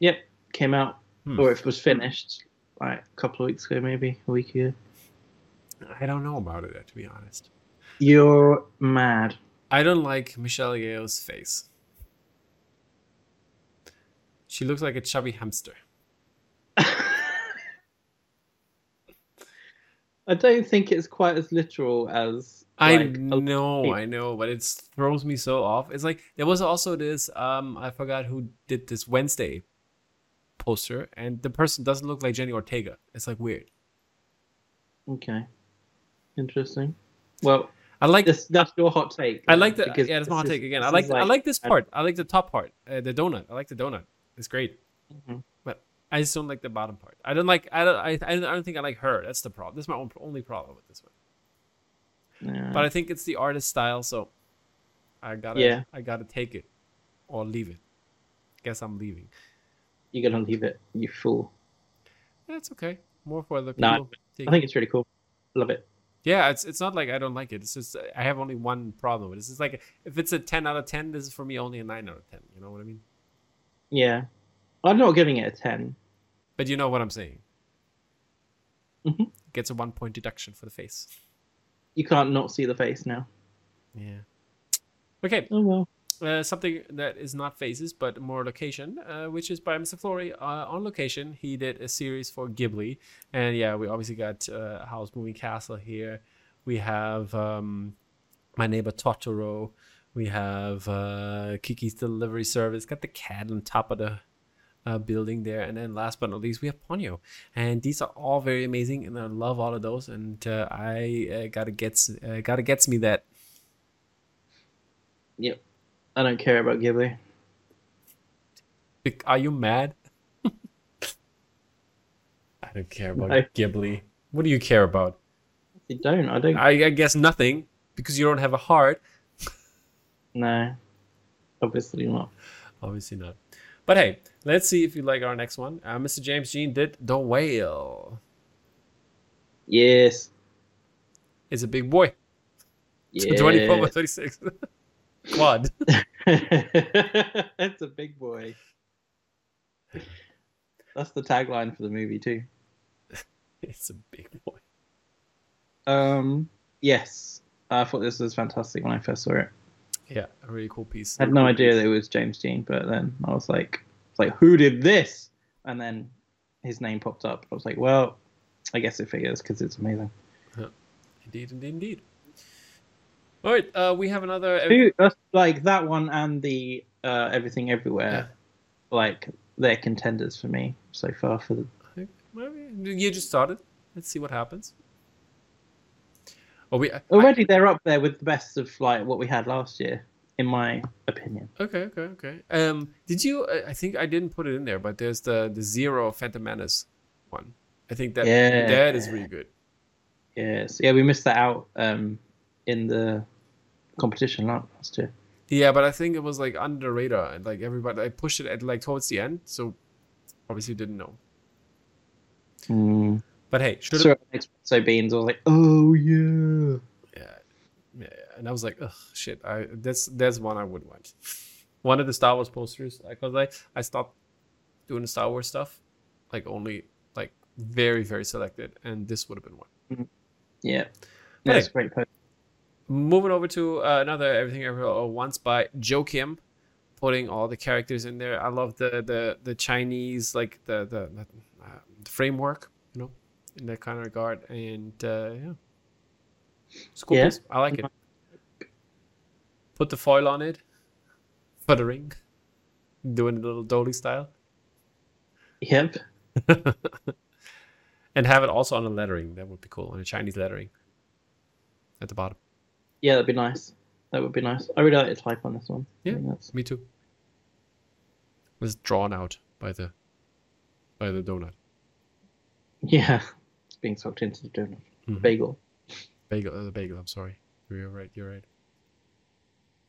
Speaker 2: Yep, came out
Speaker 1: Hmm.
Speaker 2: or it was finished like a couple of weeks ago, maybe a week ago.
Speaker 1: I don't know about it, to be honest.
Speaker 2: You're mad.
Speaker 1: I don't like Michelle Yeoh's face. She looks like a chubby hamster.
Speaker 2: I don't think it's quite as literal as
Speaker 1: I
Speaker 2: like, a-
Speaker 1: know, I know, but it throws me so off. It's like there was also this um I forgot who did this Wednesday poster and the person doesn't look like Jenny Ortega. It's like weird.
Speaker 2: Okay, interesting. Well,
Speaker 1: I like
Speaker 2: this, that's your hot take.
Speaker 1: I
Speaker 2: then,
Speaker 1: like the
Speaker 2: because
Speaker 1: yeah, that's my
Speaker 2: this
Speaker 1: hot
Speaker 2: is-
Speaker 1: take again. I
Speaker 2: this
Speaker 1: like
Speaker 2: is
Speaker 1: I like this part. I like the top part, uh, the donut. I like the donut. It's great,
Speaker 2: Mhm.
Speaker 1: but I just don't like the bottom part. I don't like I don't I, I don't- I don't think I like her. That's the problem. That's my own, only problem with this one.
Speaker 2: yeah.
Speaker 1: But I think it's the artist style, so I gotta
Speaker 2: Mm. Yeah.
Speaker 1: I gotta take it or leave it. Guess I'm leaving.
Speaker 2: you're gonna leave it, you fool.
Speaker 1: That's okay. More for other
Speaker 2: No,
Speaker 1: people. take
Speaker 2: I think it's really cool. Love it.
Speaker 1: Yeah, it's it's not like I don't like it. It's just uh, I have only one problem with it. It's just like if it's a ten out of ten, this is for me only a nine out of ten. You know what I mean?
Speaker 2: Yeah, I'm not giving it a ten.
Speaker 1: But you know what I'm saying.
Speaker 2: Mhm.
Speaker 1: Gets a one point deduction for the face.
Speaker 2: You can't not see the face now.
Speaker 1: Yeah. Okay,
Speaker 2: Oh well.
Speaker 1: uh, something that is not faces but more location, uh, which is by Mr. Flory uh, on location. He did a series for Ghibli, and yeah, we obviously got uh, House Moving Castle here. We have um, My Neighbor Totoro. We have uh, Kiki's Delivery Service. Got the cat on top of the uh, building there, and then last but not least, we have Ponyo. And these are all very amazing, and I love all of those. And uh, I uh, gotta gets uh, gotta gets me that
Speaker 2: Yep. I don't care about Ghibli.
Speaker 1: Bec- Are you mad? (laughs) I don't care about
Speaker 2: No.
Speaker 1: Ghibli. What do you care about?
Speaker 2: They don't. I don't.
Speaker 1: I, I guess nothing because you don't have a heart.
Speaker 2: No. Obviously not.
Speaker 1: Obviously not. But hey, let's see if you like our next one. Uh, Mr. James Jean did The Whale.
Speaker 2: Yes.
Speaker 1: (laughs) It's a big boy. (laughs)
Speaker 2: Yeah.
Speaker 1: 24 by 36. (laughs) Quad. (laughs)
Speaker 2: (laughs) That's a big boy. That's the tagline for the movie too.
Speaker 1: It's a big boy.
Speaker 2: Um, yes, I thought this was fantastic when I first saw it.
Speaker 1: Yeah, a really cool piece.
Speaker 2: I had no idea that it was James Dean, but then I was like, it's like who did this? And then his name popped up. I was like, well, I guess it figures because it's amazing.
Speaker 1: Indeed, indeed, indeed. All right, uh, we have another.
Speaker 2: Who, that's like that one and the uh, Everything Everywhere, like they're contenders for me so far for the
Speaker 1: Well, You just started. Let's see what happens. Oh, we I-
Speaker 2: Already, they're up there with the best of like what we had last year, in my opinion.
Speaker 1: okay, okay, okay. Um, did you? I- I think I didn't put it in there, but there's the the zero Phantom Menace one. I think that
Speaker 2: Yeah.
Speaker 1: that is really good.
Speaker 2: Yes, yeah, we missed that out um, in the competition la- last year.
Speaker 1: Yeah, but I think it was like under the radar and like everybody. I pushed it at like towards the end, so obviously didn't know.
Speaker 2: Mm.
Speaker 1: But hey, should
Speaker 2: Saw
Speaker 1: have.
Speaker 2: it on Espresso beans. I was like, oh yeah.
Speaker 1: Yeah, yeah, yeah. and I was like, oh shit, I that's that's one I would want. One of the Star Wars posters, because I I stopped doing the Star Wars stuff, like only like very very selected, and this would have been one.
Speaker 2: Yeah,
Speaker 1: Hey.
Speaker 2: yeah, it's a great post.
Speaker 1: Moving over to uh, another Everything Everywhere All at Once by Joe Kim, putting all the characters in there. I love the the the Chinese like the the, the, uh, framework, you know, in that kind of regard, and uh, yeah, it's a cool
Speaker 2: Yeah.
Speaker 1: piece. I like it. Put the foil on it for the ring, doing a little dolly style,
Speaker 2: Yep.
Speaker 1: and have it also on a lettering. That would be cool on a Chinese lettering at the bottom.
Speaker 2: Yeah, that'd be nice. That would be nice. I really like the type on this one. I
Speaker 1: Yeah.
Speaker 2: think that's-
Speaker 1: Me too. was drawn out by the by the donut
Speaker 2: Yeah. It's being sucked into the donut
Speaker 1: Mhm.
Speaker 2: bagel.
Speaker 1: bagel. Uh, the bagel. I'm sorry. You're right. You're right.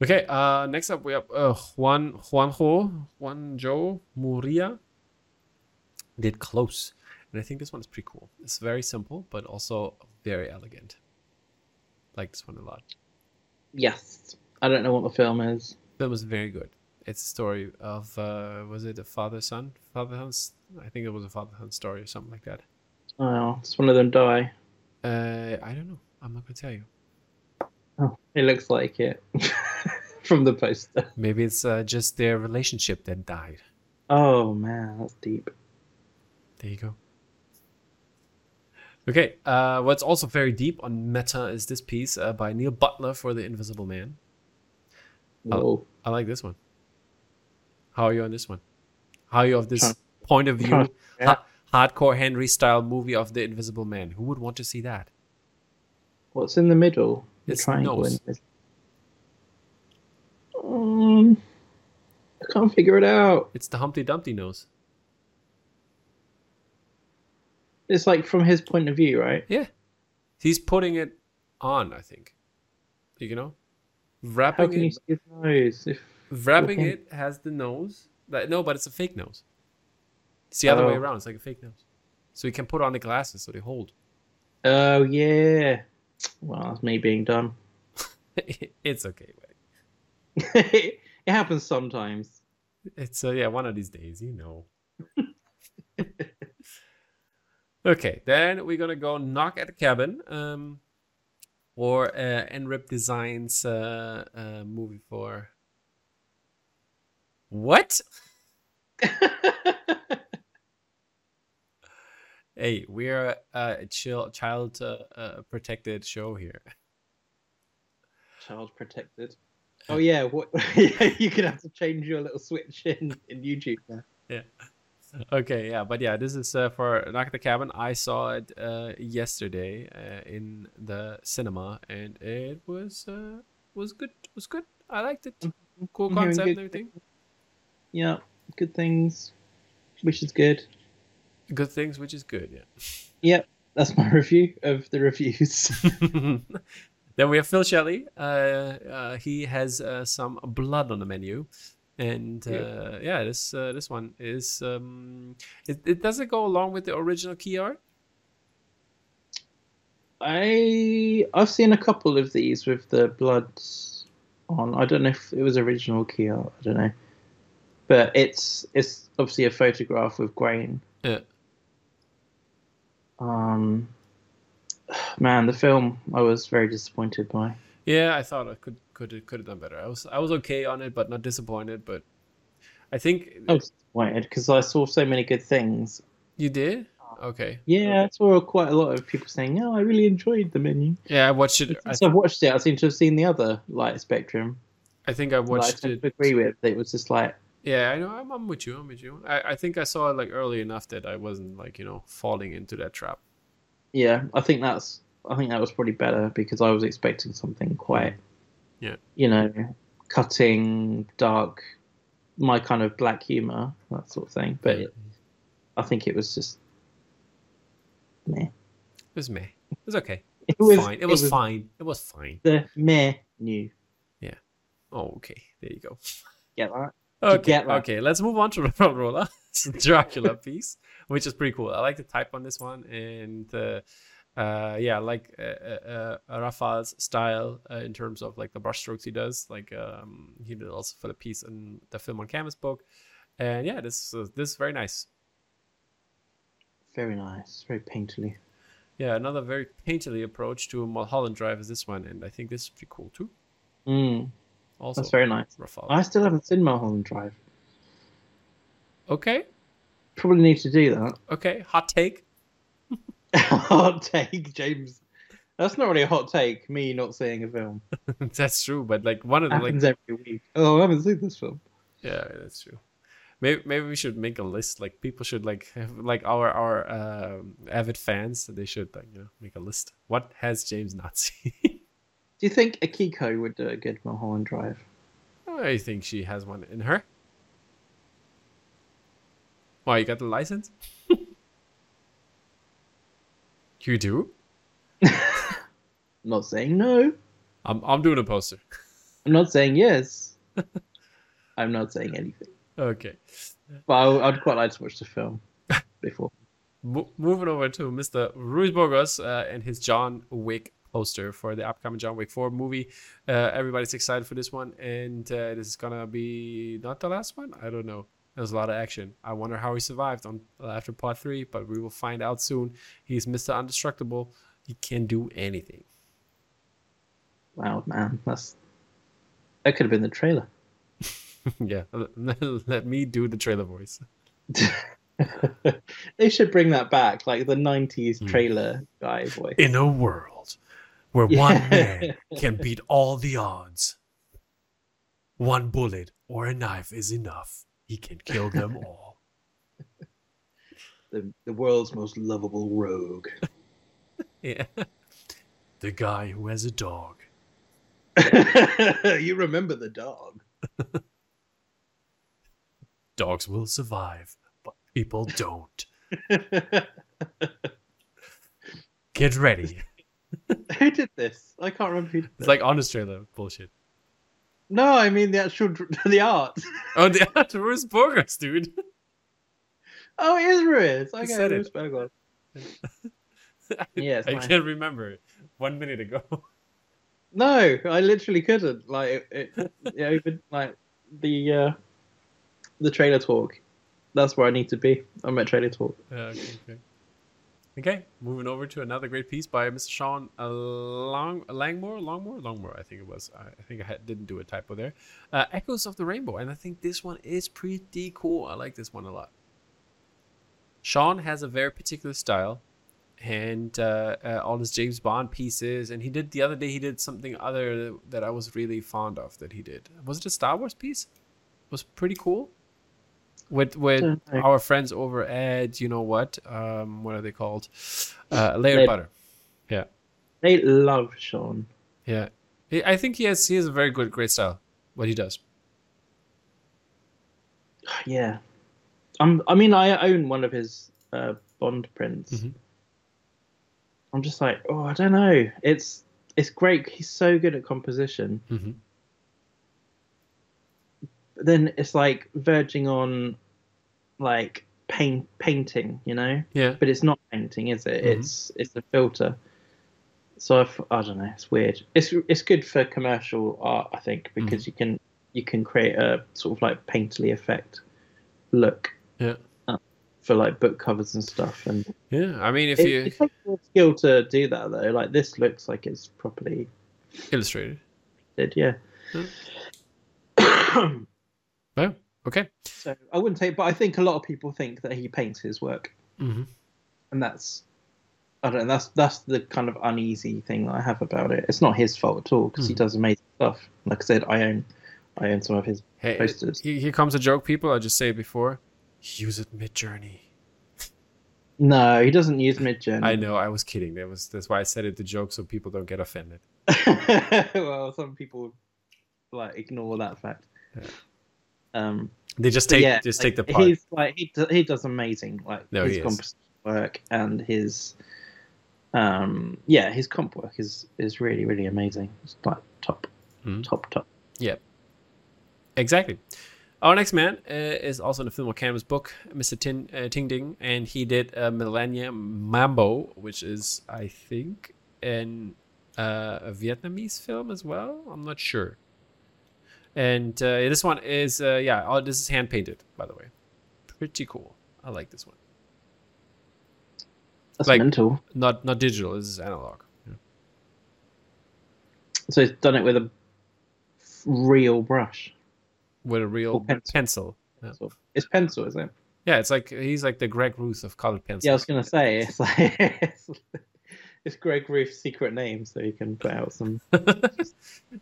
Speaker 1: Okay. Uh, next up we have uh, Juan Juanjo Juanjo Muria. Did close, and I think this one is pretty cool. It's very simple, but also very elegant. Like this one a lot.
Speaker 2: Yes. I don't know what the film is.
Speaker 1: That was very good. It's a story of uh, was it a father son father son? I think it was a father son story or something like that.
Speaker 2: Oh, it's one of them die.
Speaker 1: Uh, I don't know. I'm not gonna tell you.
Speaker 2: Oh, it looks like it (laughs) from the poster.
Speaker 1: Maybe it's uh, just their relationship that died.
Speaker 2: Oh man, that's deep.
Speaker 1: There you go. Okay, uh, what's also very deep on meta is this piece uh, by Neil Butler for The Invisible Man.
Speaker 2: Whoa.
Speaker 1: I like this one. How are you on this one? How are you of this
Speaker 2: Huh.
Speaker 1: point of view?
Speaker 2: Huh. Yeah.
Speaker 1: ha- hardcore Henry style movie of The Invisible Man. Who would want to see that?
Speaker 2: What's in the middle? The
Speaker 1: It's
Speaker 2: triangle.
Speaker 1: nose.
Speaker 2: In the middle. Um, I can't figure it out.
Speaker 1: It's the Humpty Dumpty nose.
Speaker 2: It's like from his point of view, right?
Speaker 1: Yeah. He's putting it on, I think. You know? Wrapping
Speaker 2: How can
Speaker 1: it
Speaker 2: you see his nose? If
Speaker 1: Wrapping
Speaker 2: Okay.
Speaker 1: it has the nose. Like, no, but it's a fake nose. It's the other way
Speaker 2: Oh.
Speaker 1: around. It's like a fake nose. So you can put on the glasses so they hold. (laughs)
Speaker 2: oh yeah. Well, that's me being dumb. (laughs)
Speaker 1: it's okay. Buddy.
Speaker 2: it happens sometimes. (laughs)
Speaker 1: It's uh, yeah, one of these days, you know. okay, then we're gonna go knock at the cabin, um, or uh, NRIP Designs uh, uh, movie for. What? Hey, we're uh, a chill, child uh, uh, protected show here.
Speaker 2: Child protected. Oh yeah, what? (laughs) you could have to change your little switch in in YouTube. Now.
Speaker 1: Okay, yeah, but yeah, this is uh, for Knock at the Cabin. I saw it uh, yesterday uh, in the cinema, and it was uh, was good. Was good. I liked it. Cool
Speaker 2: I'm hearing
Speaker 1: concept and
Speaker 2: good
Speaker 1: everything.
Speaker 2: Yeah, good things, which is good.
Speaker 1: Good things, which is good.
Speaker 2: Yep, that's my (laughs) review of the reviews. (laughs)
Speaker 1: Yeah. (laughs) then we have Phil Shelley. Uh, uh, he has uh, some blood on the menu, and
Speaker 2: Yeah.
Speaker 1: uh, yeah, this uh, this one is um, it, it doesn't go along with the original key art.
Speaker 2: I I've seen a couple of these with the bloods on. I don't know if it was original key art. I don't know, but it's it's obviously a photograph with grain.
Speaker 1: Yeah.
Speaker 2: Um, (sighs) man, the film I was very disappointed by.
Speaker 1: Yeah, I thought I could could could have done better. I was I was okay on it, but not disappointed. But I think
Speaker 2: I was disappointed because I saw so many good things.
Speaker 1: you did. Okay.
Speaker 2: Yeah, I saw quite a lot of people saying, "Oh, I really enjoyed the menu."
Speaker 1: Yeah, I watched it. I,
Speaker 2: Since I've watched it, I seem to have seen the other light spectrum.
Speaker 1: I think I
Speaker 2: What I
Speaker 1: watched
Speaker 2: tend
Speaker 1: it.
Speaker 2: to agree with. It was just like,
Speaker 1: Yeah, I know. I'm, I'm with you. I'm with you. I, I think I saw it like early enough that I wasn't like you know falling into that trap.
Speaker 2: yeah, I think that's I think that was probably better because I was expecting something quite,
Speaker 1: Yeah.
Speaker 2: you know, cutting, dark, my kind of black humor, that sort of thing. But it, I think it was just, meh. (laughs)
Speaker 1: It was meh. It was okay.
Speaker 2: It was
Speaker 1: fine. It was, fine. It was fine.
Speaker 2: The menu.
Speaker 1: Oh, okay. There you go.
Speaker 2: Get that? you
Speaker 1: Okay.
Speaker 2: get that?
Speaker 1: Okay. Let's move on to (laughs) Road Roller. It's the Dracula piece, which is pretty cool. I like the type on this one, and uh, uh, yeah, I like uh, uh, uh, Rafa's style uh, in terms of like the brushstrokes he does. Like um, he did also for the piece in the film on canvas book, and yeah, this uh, this is very nice.
Speaker 2: Very nice. Very painterly.
Speaker 1: Yeah, another very painterly approach to Mulholland Drive is this one, and I think this is pretty cool too.
Speaker 2: Mm,
Speaker 1: Also,
Speaker 2: that's very nice.
Speaker 1: Rafa.
Speaker 2: I still haven't seen Mulholland Drive.
Speaker 1: Okay.
Speaker 2: Probably need to do that. (laughs)
Speaker 1: Okay. Hot take. (laughs)
Speaker 2: hot take, James. That's not really a hot take. Me not seeing a film
Speaker 1: that's true, but like one of the like
Speaker 2: happens every week. Oh, I haven't seen this film.
Speaker 1: Yeah, that's true. Maybe maybe we should make a list. Like people should like have, like our our um avid fans. They should like you know make a list. What has James not (laughs) seen?
Speaker 2: Do you think Akiko would do a good Mulholland Drive?
Speaker 1: I think she has one in her. Why you got the license? (laughs) you do?
Speaker 2: I'm not saying no.
Speaker 1: I'm I'm doing a poster. (laughs)
Speaker 2: I'm not saying (laughs) yes. I'm not saying anything.
Speaker 1: Okay.
Speaker 2: But I, I'd quite like to watch the film (laughs) before.
Speaker 1: Mo- moving over to Mr. Ruiz Burgos uh, and his John Wick poster for the upcoming John Wick 4 movie. Uh, everybody's excited for this one, and uh, this is gonna be not the last one. I don't know. There's a lot of action. I wonder how he survived on after part three, but we will find out soon. He's Mr. Undestructible, You can do anything.
Speaker 2: Wow, man, that's that could have been the trailer. (laughs)
Speaker 1: yeah, (laughs) let me do the trailer voice.
Speaker 2: they should bring that back, like the
Speaker 1: Hmm.
Speaker 2: '90s trailer guy voice.
Speaker 1: In a world where
Speaker 2: Yeah.
Speaker 1: one (laughs) man can beat all the odds, one bullet or a knife is enough. He can kill (laughs) them all.
Speaker 2: (laughs) The, the world's most lovable rogue.
Speaker 1: Yeah. The guy who has a dog.
Speaker 2: (laughs) you remember the dog? (laughs)
Speaker 1: Dogs will survive, but people don't. Get ready.
Speaker 2: who did this? I can't remember. Who did
Speaker 1: It's like honest trailer bullshit.
Speaker 2: No, I mean the actual dr- (laughs) the art.
Speaker 1: Oh, (laughs) the Ruiz Burgos, dude.
Speaker 2: Oh, it is Ruiz. Okay,
Speaker 1: said it.
Speaker 2: Ruiz Bergwald.
Speaker 1: (laughs)
Speaker 2: yeah, it's
Speaker 1: I
Speaker 2: mine.
Speaker 1: can't remember it. One minute ago.
Speaker 2: No, I literally couldn't. Like it, it it opened like the uh the trailer talk. That's where I need to be. I'm at trailer talk.
Speaker 1: Yeah, Uh, okay, okay. Okay, moving over to another great piece by Mr. Sean uh, Long Langmore, Longmore, Longmore. I think it was. I, I think I had, didn't do a typo there. Uh, Echoes of the Rainbow, and I think this one is pretty cool. I like this one a lot. Sean has a very particular style, and uh, uh, all his James Bond pieces. And he did the other day. He did something other that I was really fond of. That he did was it a Star Wars piece? was pretty cool. With with
Speaker 2: Don't know.
Speaker 1: our friends over at you know what um what are they called uh layered
Speaker 2: Layered-
Speaker 1: butter
Speaker 2: They love Sean.
Speaker 1: yeah He- i think he has he has a very good great style what he does
Speaker 2: Yeah. I'm, I mean, I own one of his uh, Bond prints.
Speaker 1: Mhm.
Speaker 2: I'm just like, oh, I don't know. It's it's great. He's so good at composition.
Speaker 1: mm-hmm.
Speaker 2: But then it's like verging on like paint painting, you know.
Speaker 1: yeah
Speaker 2: But it's not painting, is it?
Speaker 1: Mhm.
Speaker 2: It's it's a filter. So I've, I don't know. It's weird. It's it's good for commercial art, I think,
Speaker 1: Mm-hmm.
Speaker 2: because you can you can create a sort of like painterly effect look. uh,
Speaker 1: yeah
Speaker 2: for like book covers and stuff. And
Speaker 1: yeah i mean if
Speaker 2: it,
Speaker 1: you
Speaker 2: it takes more skill to do that though. Like this looks like it's properly
Speaker 1: illustrated
Speaker 2: did, yeah.
Speaker 1: yeah okay
Speaker 2: so I wouldn't say, but I think a lot of people think that he paints his work,
Speaker 1: mm-hmm.
Speaker 2: and that's. I don't know, that's that's the kind of uneasy thing that I have about it. It's not his fault at all because he
Speaker 1: Mhm.
Speaker 2: does amazing stuff. Like I said, I own, I own some of his.
Speaker 1: hey
Speaker 2: Posters.
Speaker 1: he- here comes a joke people i just say it before use it mid-journey
Speaker 2: No, he doesn't use Midjourney.
Speaker 1: i know i was kidding that was that's why i said it to joke so people don't get offended
Speaker 2: (laughs) well, some people like ignore that fact. Um,
Speaker 1: they just
Speaker 2: But
Speaker 1: take
Speaker 2: yeah,
Speaker 1: just take
Speaker 2: like,
Speaker 1: the part
Speaker 2: He's like he do, he does amazing like
Speaker 1: No,
Speaker 2: his
Speaker 1: he is.
Speaker 2: comp work and his um yeah his comp work is is really really amazing. It's like top
Speaker 1: Mhm.
Speaker 2: top top.
Speaker 1: Exactly. Our next man uh, is also in the Fillmore Canvas book, Mr. Tin, uh, Ting Ding, and he did uh, Millennia Mambo, which is, I think, an, uh, a Vietnamese film as well. I'm not sure. And uh, this one is, uh, yeah, oh, this is hand painted, by the way. Pretty cool. I like this one.
Speaker 2: That's
Speaker 1: Like-
Speaker 2: mental.
Speaker 1: Not not digital. This is analog. Yeah.
Speaker 2: So he's done it with a real brush.
Speaker 1: With a real
Speaker 2: Or pencil.
Speaker 1: pencil. Yeah.
Speaker 2: Sort of. It's pencil, is it?
Speaker 1: Yeah, it's like he's like the Greg Ruth of colored pencils.
Speaker 2: Yeah, I was gonna say it's like (laughs) it's, it's Greg Roof's secret name, so he can put out some.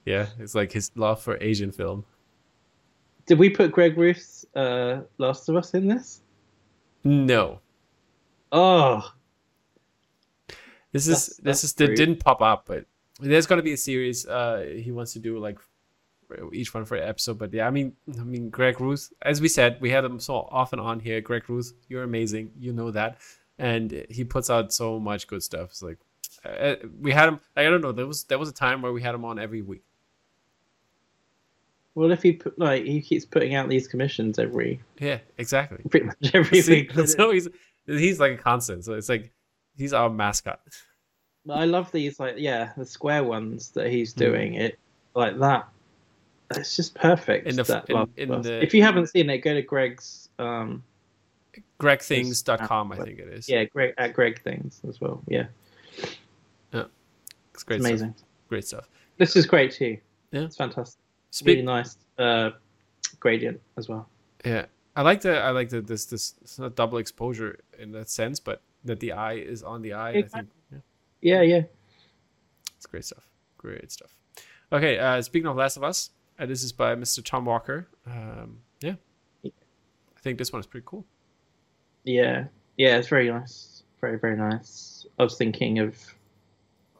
Speaker 1: yeah, it's like his love for Asian film.
Speaker 2: Did we put Greg Roof's uh, Last of Us in this?
Speaker 1: No,
Speaker 2: Oh,
Speaker 1: This is
Speaker 2: That's- that's
Speaker 1: this is that
Speaker 2: great.
Speaker 1: didn't pop up, but there's gonna be a series. Uh, he wants to do like for each one for an episode. But yeah, I mean, I mean, Greg Ruth, as we said, we had him so often on here. Greg Ruth, you're amazing. You know that, and he puts out so much good stuff. It's like uh, we had him. I don't know. There was there was a time where we had him on every week.
Speaker 2: Well, if he put, like he keeps putting out these commissions every
Speaker 1: Yeah,
Speaker 2: (laughs)
Speaker 1: exactly.
Speaker 2: pretty much every week.
Speaker 1: (laughs) so he's he's like a constant. So it's like he's our mascot.
Speaker 2: But I love these like yeah the square ones that he's
Speaker 1: Mm.
Speaker 2: doing it like that. It's just perfect.
Speaker 1: In the-
Speaker 2: that
Speaker 1: in-
Speaker 2: Last of
Speaker 1: in
Speaker 2: Us.
Speaker 1: the-
Speaker 2: if you haven't seen it, go to Greg's um
Speaker 1: GregThings.com, I think it is.
Speaker 2: yeah Greg at Greg things as well yeah.
Speaker 1: Yeah, it's great.
Speaker 2: It's
Speaker 1: stuff.
Speaker 2: amazing.
Speaker 1: Great stuff.
Speaker 2: This is great too.
Speaker 1: Yeah.
Speaker 2: it's fantastic.
Speaker 1: Speak.
Speaker 2: Really nice uh, gradient as well.
Speaker 1: Yeah, I like the I like the this this it's not double exposure in that sense, but that the eye is on the eye. I think
Speaker 2: Exactly.
Speaker 1: yeah,
Speaker 2: Yeah, yeah.
Speaker 1: it's great stuff. Great stuff. Okay, uh, speaking of Last of Us, uh, this is by Mr. Tom Walker. Um, yeah, I think this one is pretty cool.
Speaker 2: Yeah, yeah, it's very nice. Very, very nice. I was thinking of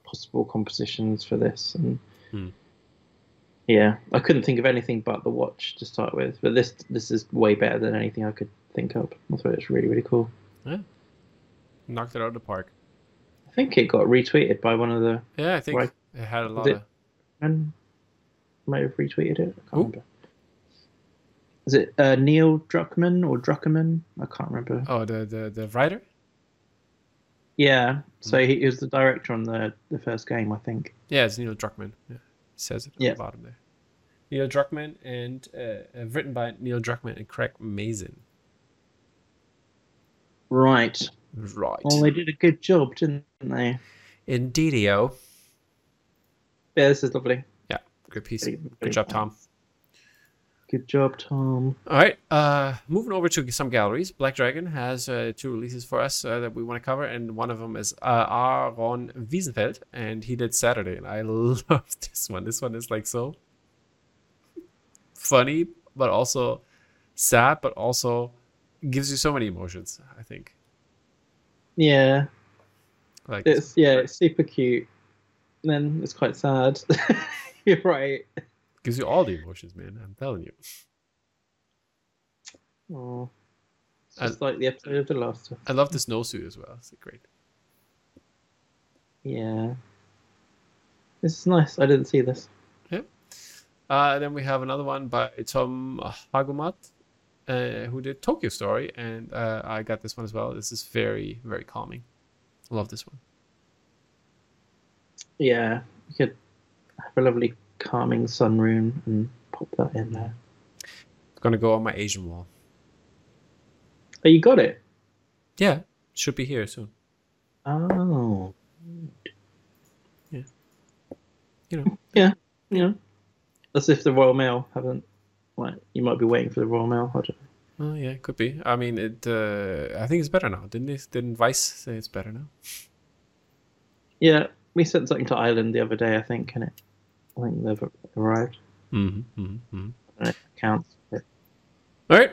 Speaker 2: possible compositions for this, and
Speaker 1: Hmm.
Speaker 2: yeah, I couldn't think of anything but the watch to start with. But this, this is way better than anything I could think of. I thought it was really, really cool.
Speaker 1: Knocked it out of the park.
Speaker 2: I think it got retweeted by one of the
Speaker 1: Yeah, I think
Speaker 2: Right.
Speaker 1: it had a lot
Speaker 2: it-
Speaker 1: of.
Speaker 2: men. Might have retweeted it. I can't
Speaker 1: Who?
Speaker 2: remember. Is it uh, Neil Druckmann or Druckerman? I can't remember.
Speaker 1: Oh, the the the writer.
Speaker 2: Yeah, so he, he was the director on the the first game, I think.
Speaker 1: Yeah, it's Neil Druckmann. Yeah, it says it
Speaker 2: Yeah.
Speaker 1: at the bottom there. Neil Druckmann and uh, uh, written by Neil Druckmann and Craig Mazin.
Speaker 2: Right.
Speaker 1: Right.
Speaker 2: Well, they did a good job, didn't they?
Speaker 1: Indeedio.
Speaker 2: Yeah, this is lovely.
Speaker 1: Good piece.
Speaker 2: Very,
Speaker 1: Good
Speaker 2: very
Speaker 1: job,
Speaker 2: nice.
Speaker 1: Tom.
Speaker 2: Good job, Tom.
Speaker 1: All right. Uh, moving over to some galleries. Black Dragon has uh, two releases for us uh, that we want to cover, and one of them is uh, Aaron Wiesenfeld, and he did Saturday, and I (laughs) love this one. This one is like so funny, but also sad, but also gives you so many emotions. I think.
Speaker 2: Yeah,
Speaker 1: Like
Speaker 2: it's yeah, it's super cute. And then it's quite sad. (laughs) You're right.
Speaker 1: gives you all the emotions, man. I'm telling you.
Speaker 2: Oh, it's
Speaker 1: And-
Speaker 2: just like the episode of the last one.
Speaker 1: I love the snowsuit as well. It's great.
Speaker 2: Yeah, this is nice. I didn't see this.
Speaker 1: Uh, and then we have another one by Tom Hagumat, uh, who did Tokyo Story, and uh, I got this one as well. This is very, very calming. I love this one.
Speaker 2: Yeah, you could have a lovely calming sunroom and pop that in there.
Speaker 1: It's gonna go on my Asian wall.
Speaker 2: Oh, you got it.
Speaker 1: Yeah, should be here soon.
Speaker 2: Oh,
Speaker 1: You know,
Speaker 2: yeah. That's if the Royal Mail haven't. Like, you might be waiting for the Royal Mail. I don't
Speaker 1: oh yeah, could be. I mean, it. Uh, I think it's better now. Didn't they, didn't Vice say it's better now?
Speaker 2: Yeah, we sent something to Ireland the other day, I think, and it, I think they've arrived.
Speaker 1: Mm-hmm, mm-hmm, mm-hmm.
Speaker 2: I don't know if it counts. but-
Speaker 1: All right,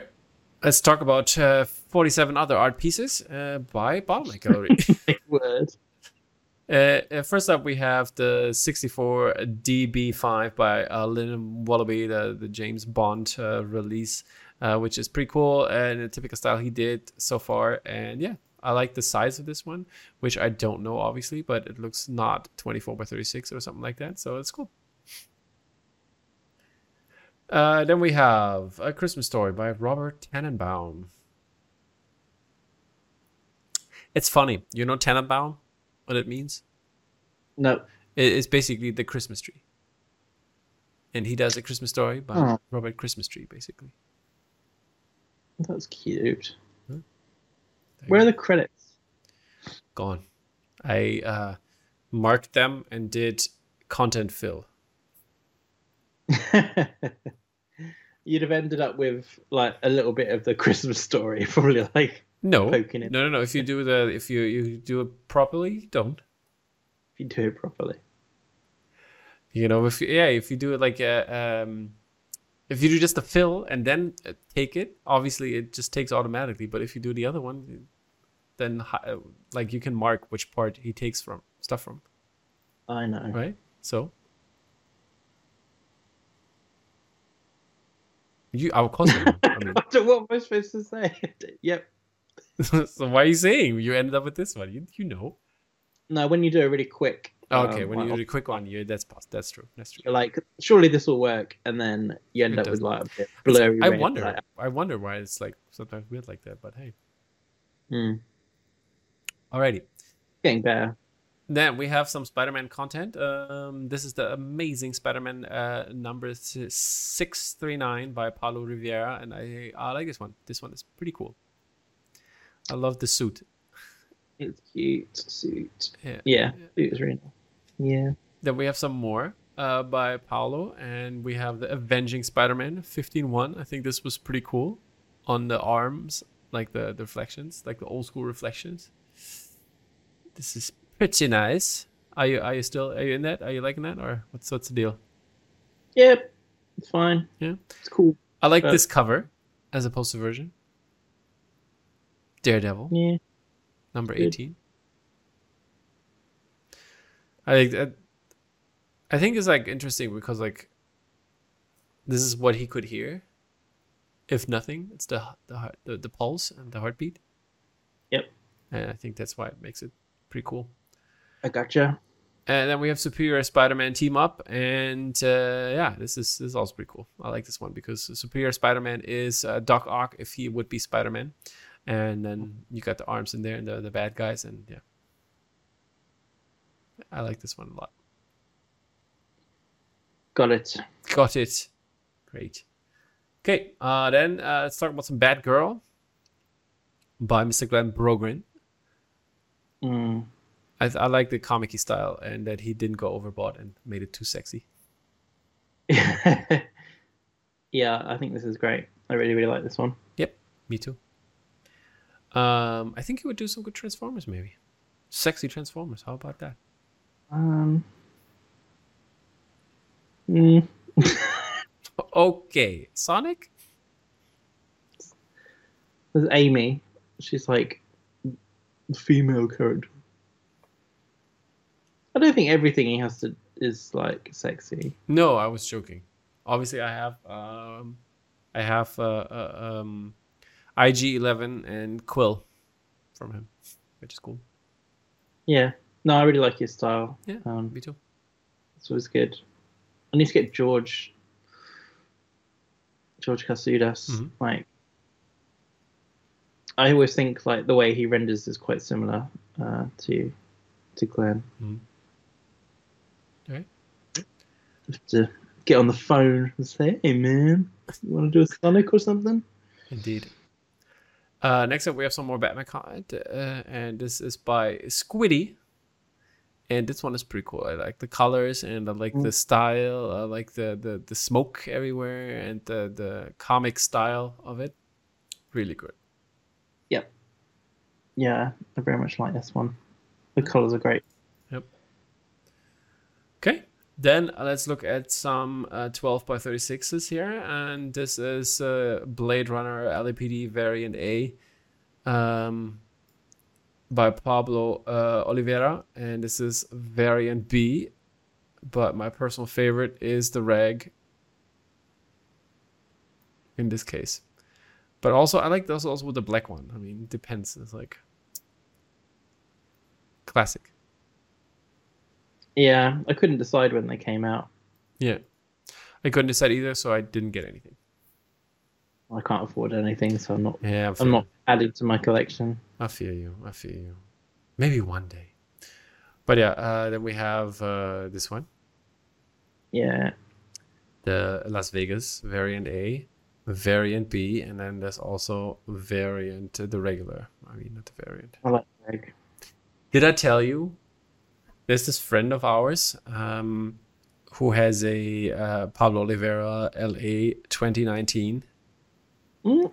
Speaker 1: let's talk about uh, forty-seven other art pieces uh, by Bottleneck (laughs) Gallery.
Speaker 2: Big word.
Speaker 1: Uh, uh, first up, we have the 64 DB5 by uh, Lynn Wallaby, the, the James Bond uh, release, uh, which is pretty cool and a typical style he did so far. And yeah, I like the size of this one, which I don't know obviously, but it looks not 24 by 36 or something like that, so it's cool. Uh, then we have A Christmas Story by Robert Tannenbaum. It's funny. You know Tannenbaum? What it means?
Speaker 2: No.
Speaker 1: It- It's basically the Christmas tree. And he does a Christmas story by
Speaker 2: Oh.
Speaker 1: Robert Christmas Tree, basically.
Speaker 2: That's cute.
Speaker 1: Hmm.
Speaker 2: Where are the credits? (laughs)
Speaker 1: Gone. I uh, marked them and did content fill.
Speaker 2: You'd have ended up with like a little bit of the Christmas story, (laughs) probably like
Speaker 1: No, no,
Speaker 2: Poking it.
Speaker 1: no, no. If you do the, if you you do it properly, don't.
Speaker 2: if you do it properly.
Speaker 1: You know, if you, yeah, if you do it like a, um, if you do just a fill and then uh, take it, obviously it just takes automatically. But if you do the other one, then hi- uh, like you can mark which part he takes from stuff from.
Speaker 2: I know.
Speaker 1: right? So you, of course. you know. I mean,
Speaker 2: So what am (laughs) I supposed to say? (laughs) yep.
Speaker 1: (laughs) so why are you saying you ended up with this one? You, you know.
Speaker 2: No, when you do a really quick.
Speaker 1: Oh, okay,
Speaker 2: um,
Speaker 1: when you
Speaker 2: like,
Speaker 1: do the quick one, you that's pos- that's true. That's true.
Speaker 2: you're like, surely this will work, and then you end
Speaker 1: It
Speaker 2: up with
Speaker 1: doesn't.
Speaker 2: like a bit blurry.
Speaker 1: I
Speaker 2: red,
Speaker 1: wonder.
Speaker 2: like,
Speaker 1: I wonder why it's like sometimes weird like that. But hey,
Speaker 2: hmm,
Speaker 1: alrighty.
Speaker 2: getting better.
Speaker 1: Then we have some Spider-Man content. Um, this is the amazing Spider-Man uh, number six three nine by Paulo Rivera, and I I like this one. This one is pretty cool. I love the suit.
Speaker 2: It's cute suit.
Speaker 1: Yeah.
Speaker 2: Yeah, suit is really nice. Yeah.
Speaker 1: Then we have some more uh, by Paolo, and we have the Avenging Spider-Man 15-1. I think this was pretty cool on the arms, like the, the reflections, like the old school reflections. This is pretty nice. Are you are you still are you in that? Are you liking that, or what's what's the deal?
Speaker 2: Yep. It's fine.
Speaker 1: Yeah.
Speaker 2: It's cool.
Speaker 1: I like
Speaker 2: Uh,
Speaker 1: this cover as opposed to version. Daredevil.
Speaker 2: Yeah.
Speaker 1: number
Speaker 2: Good.
Speaker 1: 18 i think that i think it's like interesting because like this is what he could hear if nothing it's the the heart- the, the pulse and the heartbeat
Speaker 2: Yep.
Speaker 1: and i think that's why it makes it pretty cool
Speaker 2: I gotcha.
Speaker 1: and then we have superior spider-man team up and uh, yeah this is this is also pretty cool i like this one because superior spider-man is uh, doc ock if he would be spider-man and then you got the arms in there and the, the bad guys and yeah i like this one a lot
Speaker 2: Got it.
Speaker 1: got it great okay uh, then uh, let's talk about some bad girl by mr glenn brogren
Speaker 2: Mm. (laughs)
Speaker 1: i, th- I like the comic style and that he didn't go overboard and made it too sexy
Speaker 2: yeah, I think this is great. I really, really like this one.
Speaker 1: Yep, me too. Um, I think he would do some good Transformers, maybe. Sexy Transformers. How about that?
Speaker 2: Um, mm,
Speaker 1: Okay, Sonic.
Speaker 2: there's Amy. She's like the female character. I don't think everything he has to is like sexy.
Speaker 1: No, I was joking. Obviously, I have um, I have uh, uh, um, IG Eleven and Quill from him, which is cool.
Speaker 2: Yeah. No, I really like his style.
Speaker 1: Yeah.
Speaker 2: Um,
Speaker 1: Me too.
Speaker 2: it's always good. I need to get George, George Casudas.
Speaker 1: Mhm.
Speaker 2: Like, I always think like the way he renders is quite similar uh, to to Glenn.
Speaker 1: Mhm. Alright.
Speaker 2: Have to get on the phone and say, "Hey, man, you want to do a Sonic or something?"
Speaker 1: Indeed. Uh, next up, we have some more Batman content, uh, and this is by Squiddy. And this one is pretty cool. I like the colors and I like the style. I like the, the, the smoke everywhere and the, the comic style of it. Really good.
Speaker 2: Yeah, I very much like this one. The colors are great.
Speaker 1: Okay. Then uh, let's look at some uh, 12 by 36s here. And this is uh, Blade Runner LAPD Variant A um, by Pablo uh, Oliveira. And this is Variant B. But my personal favorite is the rag in this case. But also, I like those also with the black one. I mean, depends. It's like classic.
Speaker 2: Yeah, I couldn't decide when they came out.
Speaker 1: Yeah. I couldn't decide either, so I didn't get anything.
Speaker 2: I can't afford anything, so I'm not.
Speaker 1: Yeah, I feel,
Speaker 2: I'm not adding to my collection.
Speaker 1: I feel you. I feel you. Maybe one day. But yeah, uh, then we have uh, this one,
Speaker 2: Yeah.
Speaker 1: the Las Vegas variant A, variant B, and then there's also variant uh, the regular. I mean, not the variant.
Speaker 2: I like Greg.
Speaker 1: Did I tell you? There's this friend of ours um, who has a uh, Pablo Oliveira LA 2019
Speaker 2: Mm.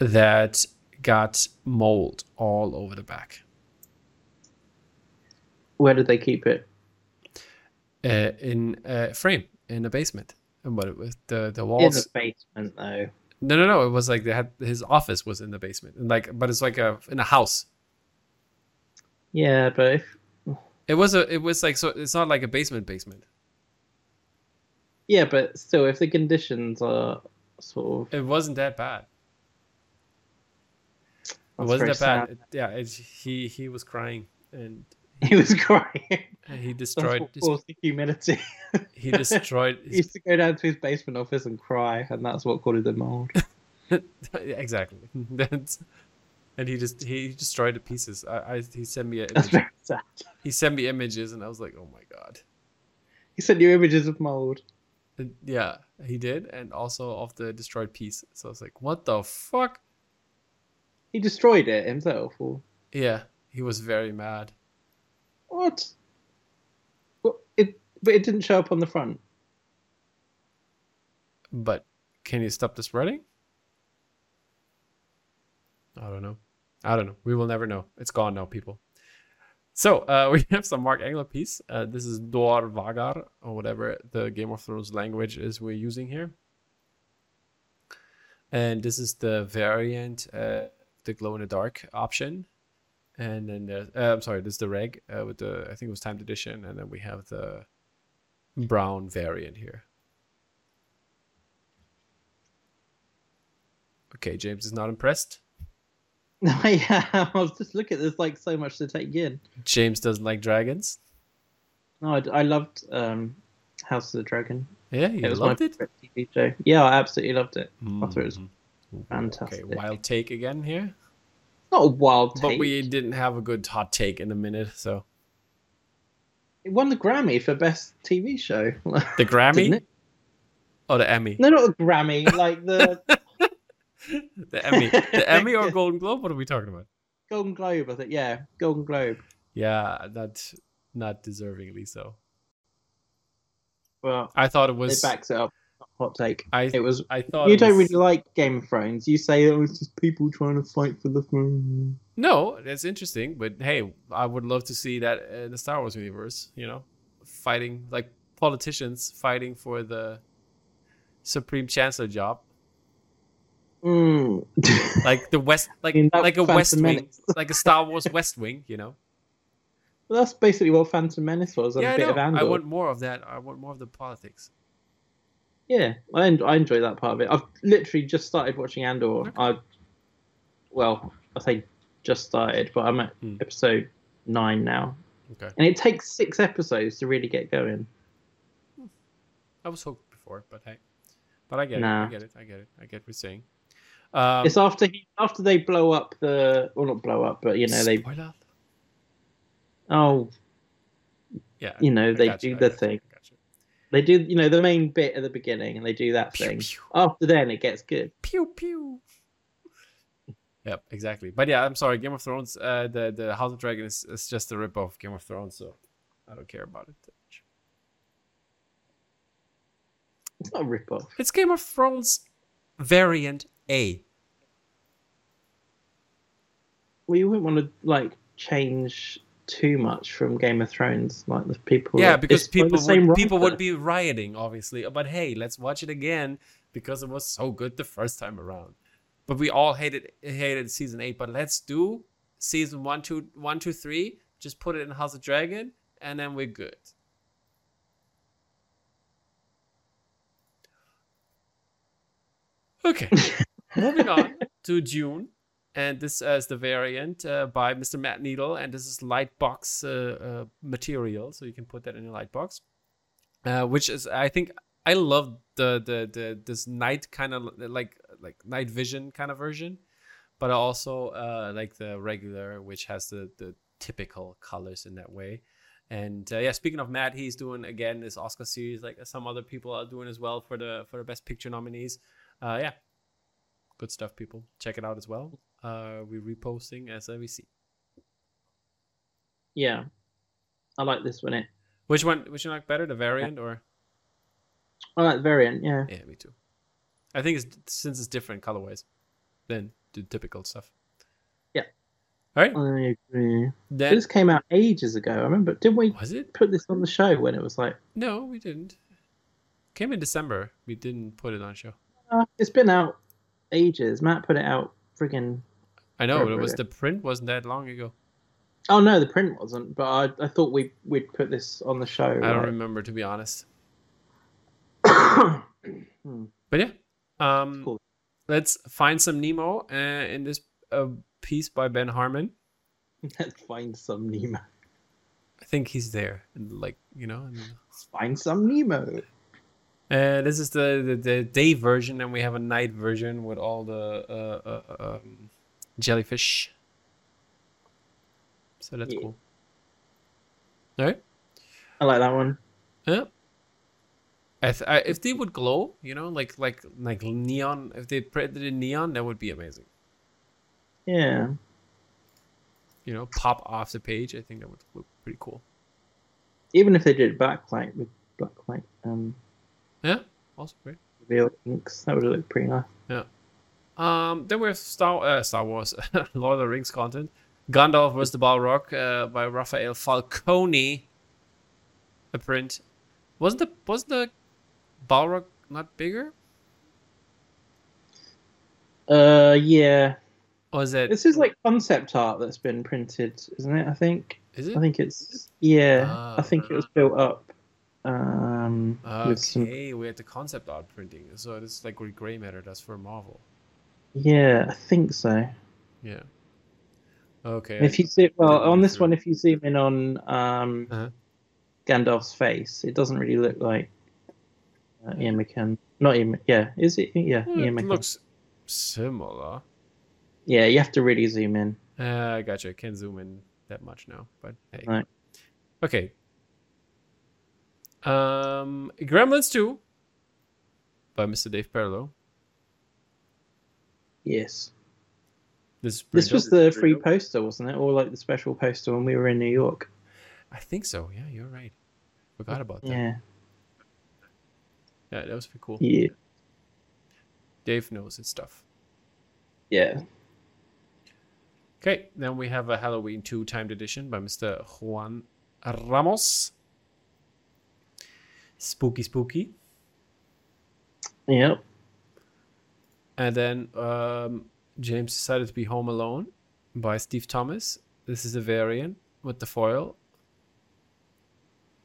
Speaker 1: that got mold all over the back.
Speaker 2: Where did they keep it?
Speaker 1: uh, in a frame in a basement. And what it was the the
Speaker 2: In
Speaker 1: walls?
Speaker 2: the basement, though.
Speaker 1: No, no, no. It was like they had his office was in the basement, and like, but it's like a in a house.
Speaker 2: Yeah, but if,
Speaker 1: It was a. It was like so. It's not like a basement basement.
Speaker 2: yeah, but still, if the conditions are sort of,
Speaker 1: It wasn't that bad. It
Speaker 2: That's
Speaker 1: wasn't
Speaker 2: very
Speaker 1: that bad.
Speaker 2: sad. (laughs)
Speaker 1: It- yeah, it, he he was crying and (laughs)
Speaker 2: he was crying.
Speaker 1: and
Speaker 2: (laughs)
Speaker 1: he
Speaker 2: That's
Speaker 1: destroyed
Speaker 2: what caused the humidity.
Speaker 1: he
Speaker 2: (laughs)
Speaker 1: destroyed
Speaker 2: he
Speaker 1: his, (laughs)
Speaker 2: used to go down to his basement office and cry, and that's what called it the
Speaker 1: (laughs)
Speaker 2: mold.
Speaker 1: exactly. (laughs) That's, and he just he destroyed the pieces. I, I he sent me a
Speaker 2: That's
Speaker 1: image.
Speaker 2: very sad.
Speaker 1: he sent me images and I was like, oh my god.
Speaker 2: He sent you images of mold.
Speaker 1: And- Yeah, he did, and also of the destroyed piece. So I was like, "What the fuck?"
Speaker 2: He destroyed it himself. Or...
Speaker 1: Yeah, He was very mad.
Speaker 2: What? Well, it but it didn't show up on the front. (laughs)
Speaker 1: But can you stop the spreading? I don't know. I don't know. We will never know. It's gone now, people. So uh, (laughs) we have some Mark Engler piece. Uh, this is Dor Vagar or whatever the Game of Thrones language is we're using here. And this is the variant, uh, the glow in the dark option. And then there's, uh, I'm sorry, this is the reg uh, with the I think it was timed edition, and then we have the brown variant here. Okay, James is not impressed.
Speaker 2: No, yeah, I was just looking. There's like so much to take in.
Speaker 1: James doesn't like dragons.
Speaker 2: No, I, I loved um, House of the Dragon.
Speaker 1: Yeah, you
Speaker 2: It was
Speaker 1: loved
Speaker 2: my
Speaker 1: it.
Speaker 2: favorite TV show. Yeah, I absolutely loved it. I thought it was
Speaker 1: Mhm. Okay,
Speaker 2: fantastic.
Speaker 1: wild take again here,
Speaker 2: not a wild take.
Speaker 1: but we didn't have a good hot take in a minute. So
Speaker 2: It won the Grammy for best TV show. (laughs)
Speaker 1: the
Speaker 2: Didn't
Speaker 1: Grammy
Speaker 2: it?
Speaker 1: or the Emmy,
Speaker 2: No, not a Grammy. Like the (laughs)
Speaker 1: the Emmy, the Emmy or Golden Globe? What are we talking about?
Speaker 2: Golden Globe. I think. Yeah, Golden Globe.
Speaker 1: Yeah, not not deservingly so.
Speaker 2: Well,
Speaker 1: I thought it
Speaker 2: it
Speaker 1: was.
Speaker 2: backs it up. Hot take.
Speaker 1: I
Speaker 2: It was.
Speaker 1: I thought
Speaker 2: You
Speaker 1: it
Speaker 2: don't
Speaker 1: was-
Speaker 2: really like Game of Thrones. You say oh, it's just people trying to fight for the throne.
Speaker 1: No, that's interesting, but hey, I would love to see that in the Star Wars universe. You know, fighting like politicians fighting for the supreme chancellor job,
Speaker 2: (laughs) Mm.
Speaker 1: like the West, like
Speaker 2: mean, that
Speaker 1: like a
Speaker 2: Phantom
Speaker 1: West Wing,
Speaker 2: Menace.
Speaker 1: like a Star Wars West Wing. You
Speaker 2: (laughs)
Speaker 1: know,
Speaker 2: Well, that's basically what Phantom Menace was. and
Speaker 1: yeah,
Speaker 2: a
Speaker 1: I,
Speaker 2: bit
Speaker 1: know.
Speaker 2: of Andor.
Speaker 1: I want more of that. I want more of the politics.
Speaker 2: Yeah, I, en- I enjoy that part of it. I've literally just started watching Andor. I, well, I say just started, but I'm at
Speaker 1: Hmm.
Speaker 2: episode nine now,
Speaker 1: Okay,
Speaker 2: and it takes six episodes to really get going.
Speaker 1: I was hooked before, but hey, but I get it.
Speaker 2: Nah.
Speaker 1: I get it. I get it. I get what you're saying. Um,
Speaker 2: it's after he, after they blow up the, well, not blow up, but you know they,
Speaker 1: spoiler?
Speaker 2: oh,
Speaker 1: Yeah,
Speaker 2: you know
Speaker 1: I
Speaker 2: they
Speaker 1: gotcha,
Speaker 2: do
Speaker 1: I
Speaker 2: the
Speaker 1: gotcha,
Speaker 2: thing.
Speaker 1: I gotcha.
Speaker 2: They do, you know, the main bit at the beginning, and they do that
Speaker 1: Pew,
Speaker 2: thing.
Speaker 1: pew.
Speaker 2: After then, it gets good.
Speaker 1: pew pew. Yep, exactly. But yeah, I'm sorry. Game of Thrones, uh, the the House of Dragon is, is just a rip off Game of Thrones, so I don't care about it. that much.
Speaker 2: It's not a rip off.
Speaker 1: It's Game of Thrones variant A.
Speaker 2: Well, you wouldn't want to like change too much from Game of Thrones, like the people.
Speaker 1: yeah,
Speaker 2: that-
Speaker 1: because
Speaker 2: it's by the
Speaker 1: people would,
Speaker 2: same
Speaker 1: people
Speaker 2: writer.
Speaker 1: would be rioting, obviously. But hey, let's watch it again because it was so good the first time around. But we all hated hated season eight. But let's do season one, two, one, two, three. Just put it in House of Dragon, and then we're good. Okay, moving on to June, and this is the variant uh, by Mr. Matt Needle, and this is Lightbox uh, uh, material, so you can put that in your Lightbox, uh, which is I think I love the the, the this night kind of like like night vision kind of version, but I also uh, like the regular, which has the the typical colors in that way. And uh, yeah, speaking of Matt, he's doing again this Oscar series, like some other people are doing as well for the for the best picture nominees. Uh, yeah, good stuff, people. Check it out as well. Uh, we're reposting as we see.
Speaker 2: (laughs) Yeah, I like this one. It
Speaker 1: Which one? Which one like better, the variant or?
Speaker 2: I like the variant. Yeah,
Speaker 1: Yeah, me too. I think it's since it's different colorways than the typical stuff.
Speaker 2: Yeah.
Speaker 1: All right.
Speaker 2: I agree.
Speaker 1: Then
Speaker 2: This came out ages ago. I remember. Didn't we
Speaker 1: was it?
Speaker 2: put this on the show when it was like?
Speaker 1: No, we didn't. Came in December. We didn't put it on show.
Speaker 2: Uh, it's been out ages. Matt put it out. Friggin'
Speaker 1: I know, but it
Speaker 2: Remember
Speaker 1: was
Speaker 2: it.
Speaker 1: the print wasn't that long ago.
Speaker 2: oh no, the print wasn't. But I, I thought we we'd put this on the show.
Speaker 1: I don't
Speaker 2: like-
Speaker 1: remember to be honest.
Speaker 2: Hmm.
Speaker 1: But yeah, um,
Speaker 2: Cool.
Speaker 1: let's find some Nemo uh, in this uh, piece by Ben Harmon.
Speaker 2: (coughs) Let's find some Nemo.
Speaker 1: I think he's there, and like you know. And,
Speaker 2: Let's find some Nemo.
Speaker 1: Uh, this is the, the, the day version, and we have a night version with all the uh, uh, um, jellyfish. So that's
Speaker 2: Yeah.
Speaker 1: cool. All right.
Speaker 2: I like that one.
Speaker 1: Yeah. I th- I, if they would glow, you know, like like like neon. If they printed in neon, that would be amazing.
Speaker 2: Yeah.
Speaker 1: you know, pop off the page. I think that would look pretty cool.
Speaker 2: Even if they did it backlight with backlight um,
Speaker 1: Yeah, also great.
Speaker 2: reveal links, that would look pretty nice.
Speaker 1: Um, then we have Star uh, Star Wars, (laughs) Lord of the Rings content. Gandalf vs. the Balrog uh, by Raphael Falcone. A print. Wasn't the wasn't the Balrog not bigger?
Speaker 2: Uh, yeah.
Speaker 1: Or is it?
Speaker 2: This is like concept art that's been printed, isn't it? I think.
Speaker 1: Is
Speaker 2: I
Speaker 1: it?
Speaker 2: think it's yeah.
Speaker 1: Ah.
Speaker 2: I think it was built up. Um, with some,
Speaker 1: Okay, we had the concept art printing, so it's like with gray matter. That's for Marvel.
Speaker 2: yeah, I think so.
Speaker 1: Yeah. Okay.
Speaker 2: If you see well
Speaker 1: Yeah,
Speaker 2: on this
Speaker 1: sure.
Speaker 2: one, if you zoom in on um,
Speaker 1: Uh-huh.
Speaker 2: Gandalf's face, it doesn't really look like uh, Ian McKellen. Not Ian. Mc- Yeah, is it? Yeah,
Speaker 1: Well,
Speaker 2: Ian
Speaker 1: Hmm, it
Speaker 2: McKellen.
Speaker 1: looks similar.
Speaker 2: Yeah, you have to really zoom in.
Speaker 1: Uh, I gotcha. I can't zoom in that much now, but hey.
Speaker 2: Right.
Speaker 1: Okay. Um, Gremlins 2 by Mr. Dave Perlow.
Speaker 2: Yes,
Speaker 1: This, is
Speaker 2: this
Speaker 1: pretty
Speaker 2: was
Speaker 1: dope.
Speaker 2: the free poster, wasn't it? Or like the special poster when we were in New York.
Speaker 1: I think so. Yeah, you're right. Forgot about that. Yeah,
Speaker 2: Yeah,
Speaker 1: that was pretty cool.
Speaker 2: yeah,
Speaker 1: Dave knows his stuff.
Speaker 2: yeah.
Speaker 1: Okay, then we have a Halloween 2 timed edition by Mr. Juan Ramos. Spooky, spooky.
Speaker 2: Yep.
Speaker 1: And then um, James decided to be home alone by Steve Thomas. This is a variant with the foil.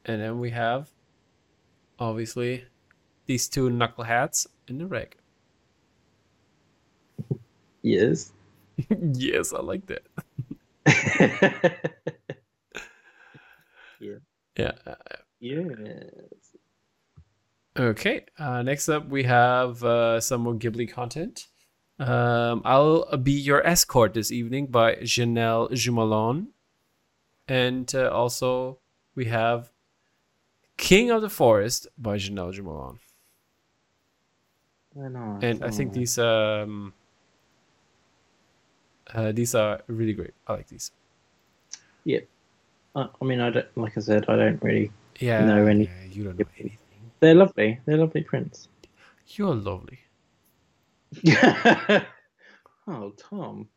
Speaker 1: And then we have, obviously, these two knuckleheads in the reg.
Speaker 2: Yes.
Speaker 1: (laughs)
Speaker 2: (laughs)
Speaker 1: yes, I like that. Yeah.
Speaker 2: yes.
Speaker 1: Okay. Uh, next up, we have uh, some more Ghibli content. Um, I'll be your escort this evening by Janelle Jumalon. And uh, also, we have King of the Forest by Janelle Jumalon.
Speaker 2: Why not?
Speaker 1: And I think
Speaker 2: Oh.
Speaker 1: these um, uh, these are really great. I like these.
Speaker 2: I, I mean, I don't. Like I said, I don't really.
Speaker 1: Yeah.
Speaker 2: No, any-
Speaker 1: yeah, you don't know anything.
Speaker 2: They're lovely. They're lovely prints.
Speaker 1: You're lovely.
Speaker 2: (laughs) oh, Tom.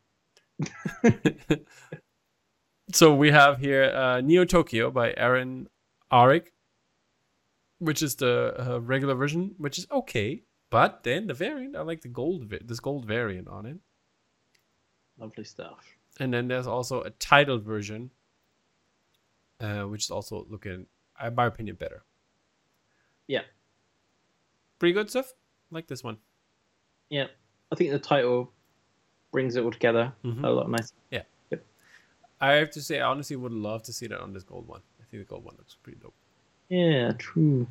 Speaker 1: (laughs) so we have here uh, Neo Tokyo by Aaron Arik, which is the uh, regular version, which is okay. But then the variant, I like the gold, vi- this gold variant on it.
Speaker 2: Lovely stuff.
Speaker 1: And then there's also a titled version, uh, which is also looking, uh, in my opinion, better.
Speaker 2: Yeah.
Speaker 1: Pretty good stuff. Like this one.
Speaker 2: Yeah, I think the title brings it all together
Speaker 1: Mhm.
Speaker 2: a lot nicer.
Speaker 1: I have to say, I honestly would love to see that on this gold one. I think the gold one looks pretty dope.
Speaker 2: Yeah, true.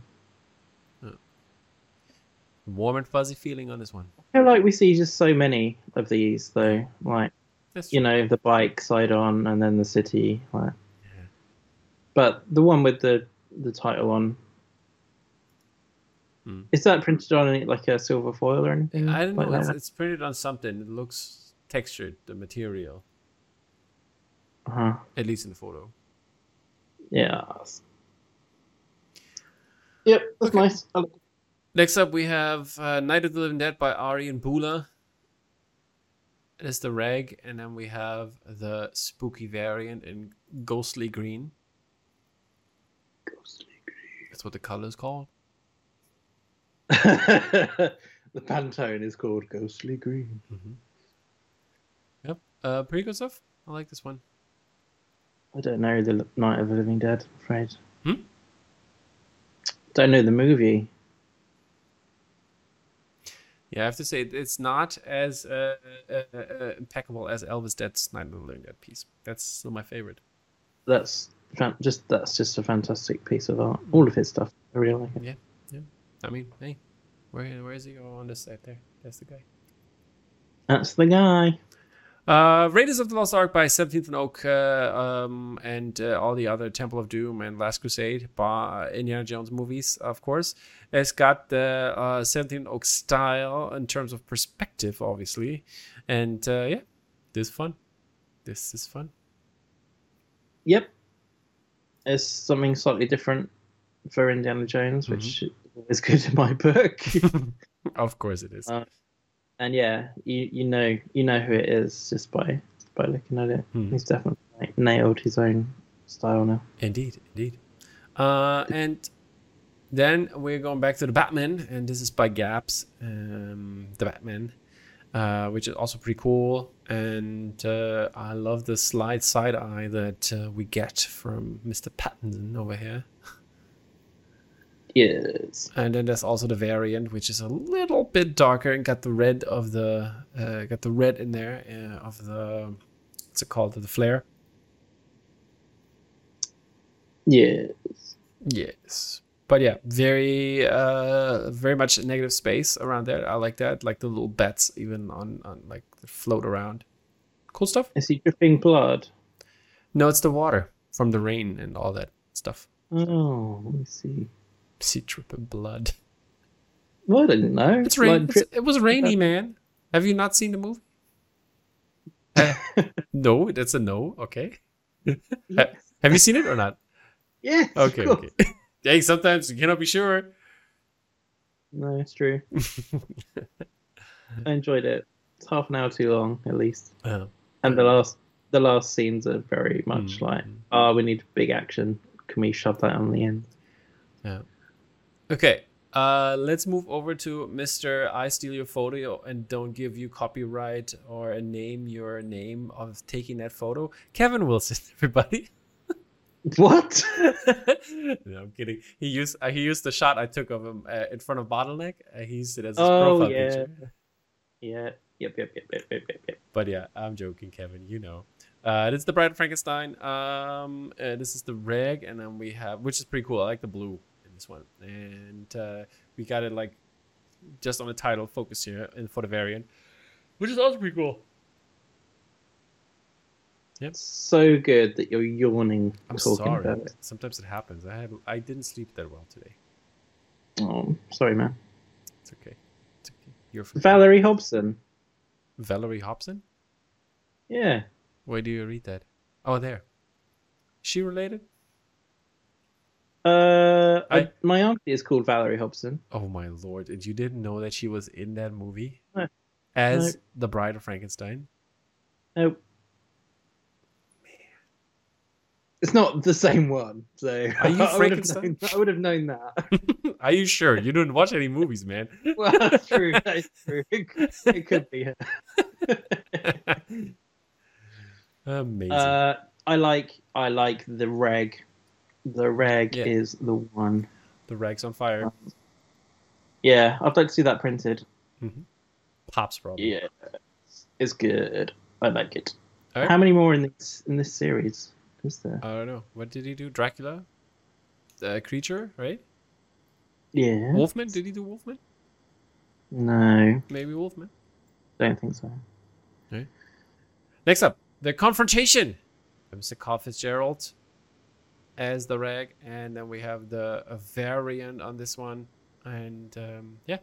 Speaker 1: Warm and fuzzy feeling on this one.
Speaker 2: I feel like we see just so many of these, though. Like
Speaker 1: That's true.
Speaker 2: you know, the bike side on, and then the city. Like,
Speaker 1: Yeah.
Speaker 2: but the one with the the title on.
Speaker 1: Hmm.
Speaker 2: Is that printed on any, like a silver foil or anything?
Speaker 1: I don't
Speaker 2: like
Speaker 1: know. It's,
Speaker 2: that?
Speaker 1: it's printed on something. It looks textured, the material,
Speaker 2: Uh-huh.
Speaker 1: at least in the photo.
Speaker 2: Yeah. Yep, that's
Speaker 1: Okay.
Speaker 2: nice. I like-
Speaker 1: Next up, we have uh, Night of the Living Dead by Ari and Bula. It is the reg, and then we have the spooky variant in ghostly green. That's what the color is called.
Speaker 2: (laughs) the Pantone is called Ghostly Green.
Speaker 1: Yep. Uh, pretty good stuff. I like this one.
Speaker 2: I don't know the L- Night of the Living Dead. I'm afraid.
Speaker 1: Hmm?
Speaker 2: Don't know the movie.
Speaker 1: Yeah, I have to say it- it's not as uh, uh, uh, uh, impeccable as Elvis Dead's Night of the Living Dead piece. That's still my favorite.
Speaker 2: That's fan- just that's just a fantastic piece of
Speaker 1: Mm.
Speaker 2: art. All of his stuff. I really like it.
Speaker 1: I mean, hey, where where is he? Oh, on this side there. That's the guy.
Speaker 2: That's the guy.
Speaker 1: Uh, Raiders of the Lost Ark by 17th and Oak, uh, um, and uh, all the other Temple of Doom and Last Crusade by Indiana Jones movies, of course. It's got the uh, 17th and Oak style in terms of perspective, obviously. And uh, yeah, this is fun. (laughs) This is fun.
Speaker 2: Yep. It's something slightly different for Indiana Jones, which
Speaker 1: Mm-hmm.
Speaker 2: is good in my book. (laughs)
Speaker 1: Of course it is.
Speaker 2: Uh, and yeah, you you know you know who it is just by by looking at it.
Speaker 1: Hmm.
Speaker 2: He's definitely like, nailed his own style now.
Speaker 1: Indeed, indeed. Uh, and then we're going back to the Batman, and this is by Gaps, um, the Batman, uh, which is also pretty cool. And uh, I love the slight side eye that uh, we get from Mr. Pattinson over here.
Speaker 2: Yes.
Speaker 1: And then there's also the variant, which is a little bit darker and got the red of the uh, got the red in there uh, of the what's it called the flare.
Speaker 2: Yes.
Speaker 1: Yes. But yeah, very uh very much a negative space around there. I like that. Like the little bats even on on like they float around. Cool stuff.
Speaker 2: Is he dripping blood?
Speaker 1: No, it's the water from the rain and all that stuff.
Speaker 2: Oh, let me see.
Speaker 1: Sea drip and blood.
Speaker 2: Well, I didn't know.
Speaker 1: It's rain.
Speaker 2: Blood
Speaker 1: it's-
Speaker 2: drip-
Speaker 1: it was (laughs) rainy, man. Have you not seen the (laughs) movie? Eh, no, that's a no. Okay.
Speaker 2: Yes.
Speaker 1: Have you seen it or not?
Speaker 2: Yes, of
Speaker 1: Okay,
Speaker 2: course.
Speaker 1: (laughs) okay. hey, sometimes you cannot be sure.
Speaker 2: No,
Speaker 1: (laughs)
Speaker 2: it's true. I enjoyed it. It's half an hour too long, at least.
Speaker 1: Oh.
Speaker 2: And the last the last scenes are very much
Speaker 1: Mm.
Speaker 2: like, oh, we need big action. Can we shove that on the
Speaker 1: (laughs)
Speaker 2: end?
Speaker 1: Okay. Uh, let's move over to Mr. I steal your photo and don't give you copyright or a name your name of taking that photo. Kevin Wilson, (laughs) everybody.
Speaker 2: What?
Speaker 1: no, I'm kidding. He used uh, he used the shot I took of him uh, in front of bottleneck. Uh, he used it as his
Speaker 2: Oh,
Speaker 1: profile
Speaker 2: yeah.
Speaker 1: picture.
Speaker 2: yeah. Yep, yep, yep, yep, yep, yep, yep.
Speaker 1: But yeah, I'm joking, Kevin. You know. Uh, this is the Bride of Frankenstein. Um, uh, this is the reg, and then we have, which is pretty cool. I like the blue in this one, and uh, we got it like just on the title focus here and for the variant, which is also pretty cool.
Speaker 2: So good that you're yawning
Speaker 1: I'm
Speaker 2: talking
Speaker 1: sorry.
Speaker 2: about it.
Speaker 1: Sometimes it happens. I had I didn't sleep that well today.
Speaker 2: Oh, sorry, man.
Speaker 1: It's okay. It's okay. You're forgiven.
Speaker 2: Valerie Hobson.
Speaker 1: Valerie Hobson.
Speaker 2: Yeah.
Speaker 1: Where do you read that? Oh, there. She related?
Speaker 2: Uh, I,
Speaker 1: I-
Speaker 2: my auntie is called Valerie Hobson.
Speaker 1: Oh my lord! And you didn't know that she was in that movie
Speaker 2: No.
Speaker 1: as the Bride of Frankenstein. (laughs)
Speaker 2: Nope. It's not the same one, so (laughs)
Speaker 1: Are you
Speaker 2: I would have
Speaker 1: Frankenstein?
Speaker 2: known, I would have known that. (laughs)
Speaker 1: Are you sure? You didn't watch any movies, man. (laughs)
Speaker 2: well, that's true. That's true. It could, it could be. her.
Speaker 1: Amazing.
Speaker 2: (laughs) Uh, I like. I like the reg. The reg
Speaker 1: Yeah.
Speaker 2: is the one.
Speaker 1: the rag's on fire.
Speaker 2: Yeah, I'd like to see that printed.
Speaker 1: Pops problem.
Speaker 2: Yeah, it's good. I like it.
Speaker 1: Alright.
Speaker 2: How many more in this in this series is there?
Speaker 1: I don't know. What did he do? Dracula? Uh, creature, right?
Speaker 2: yeah.
Speaker 1: Wolfman? Did he do Wolfman?
Speaker 2: No,
Speaker 1: Maybe Wolfman.
Speaker 2: don't think so.
Speaker 1: Next up, the confrontation. Mr. Carl Fitzgerald as the rag, and then we have the a variant on this one, and um, yeah,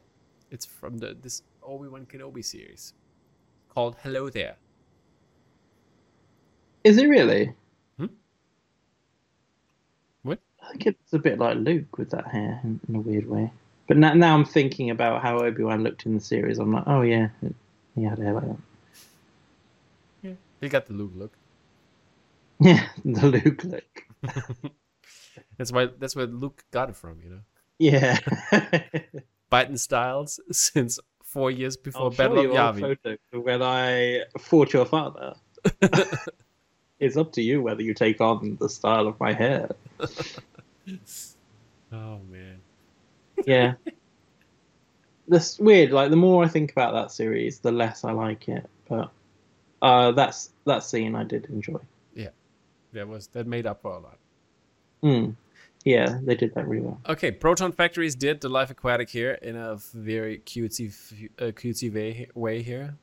Speaker 1: it's from the this Obi Wan Kenobi series called Hello There.
Speaker 2: Is it really?
Speaker 1: Hmm? What?
Speaker 2: I think it's a bit like Luke with that hair in, in a weird way. But now, now I'm thinking about how Obi Wan looked in the series. I'm like, oh yeah, it- he had hair like that. (laughs)
Speaker 1: Yeah, he got the Luke look.
Speaker 2: Yeah, the Luke look.
Speaker 1: That's why that's where Luke got it from, you know. (laughs)
Speaker 2: Yeah.
Speaker 1: Biden Styles (laughs) since four years before
Speaker 2: I'll show
Speaker 1: Battle of
Speaker 2: you old
Speaker 1: Yavi.
Speaker 2: photo when I fought
Speaker 1: (laughs)
Speaker 2: your father. (laughs) it's up to you whether you take on the style of my hair.
Speaker 1: Oh man.
Speaker 2: Yeah. That's weird. Like the more I think about that series, the less I like it. But uh, that's that scene I did enjoy.
Speaker 1: That was that made up for a lot.
Speaker 2: Mm. Yeah, they did that really well.
Speaker 1: Okay, Proton Factories did the Life Aquatic here in a very cutesy, f- uh, cutesy way, way here.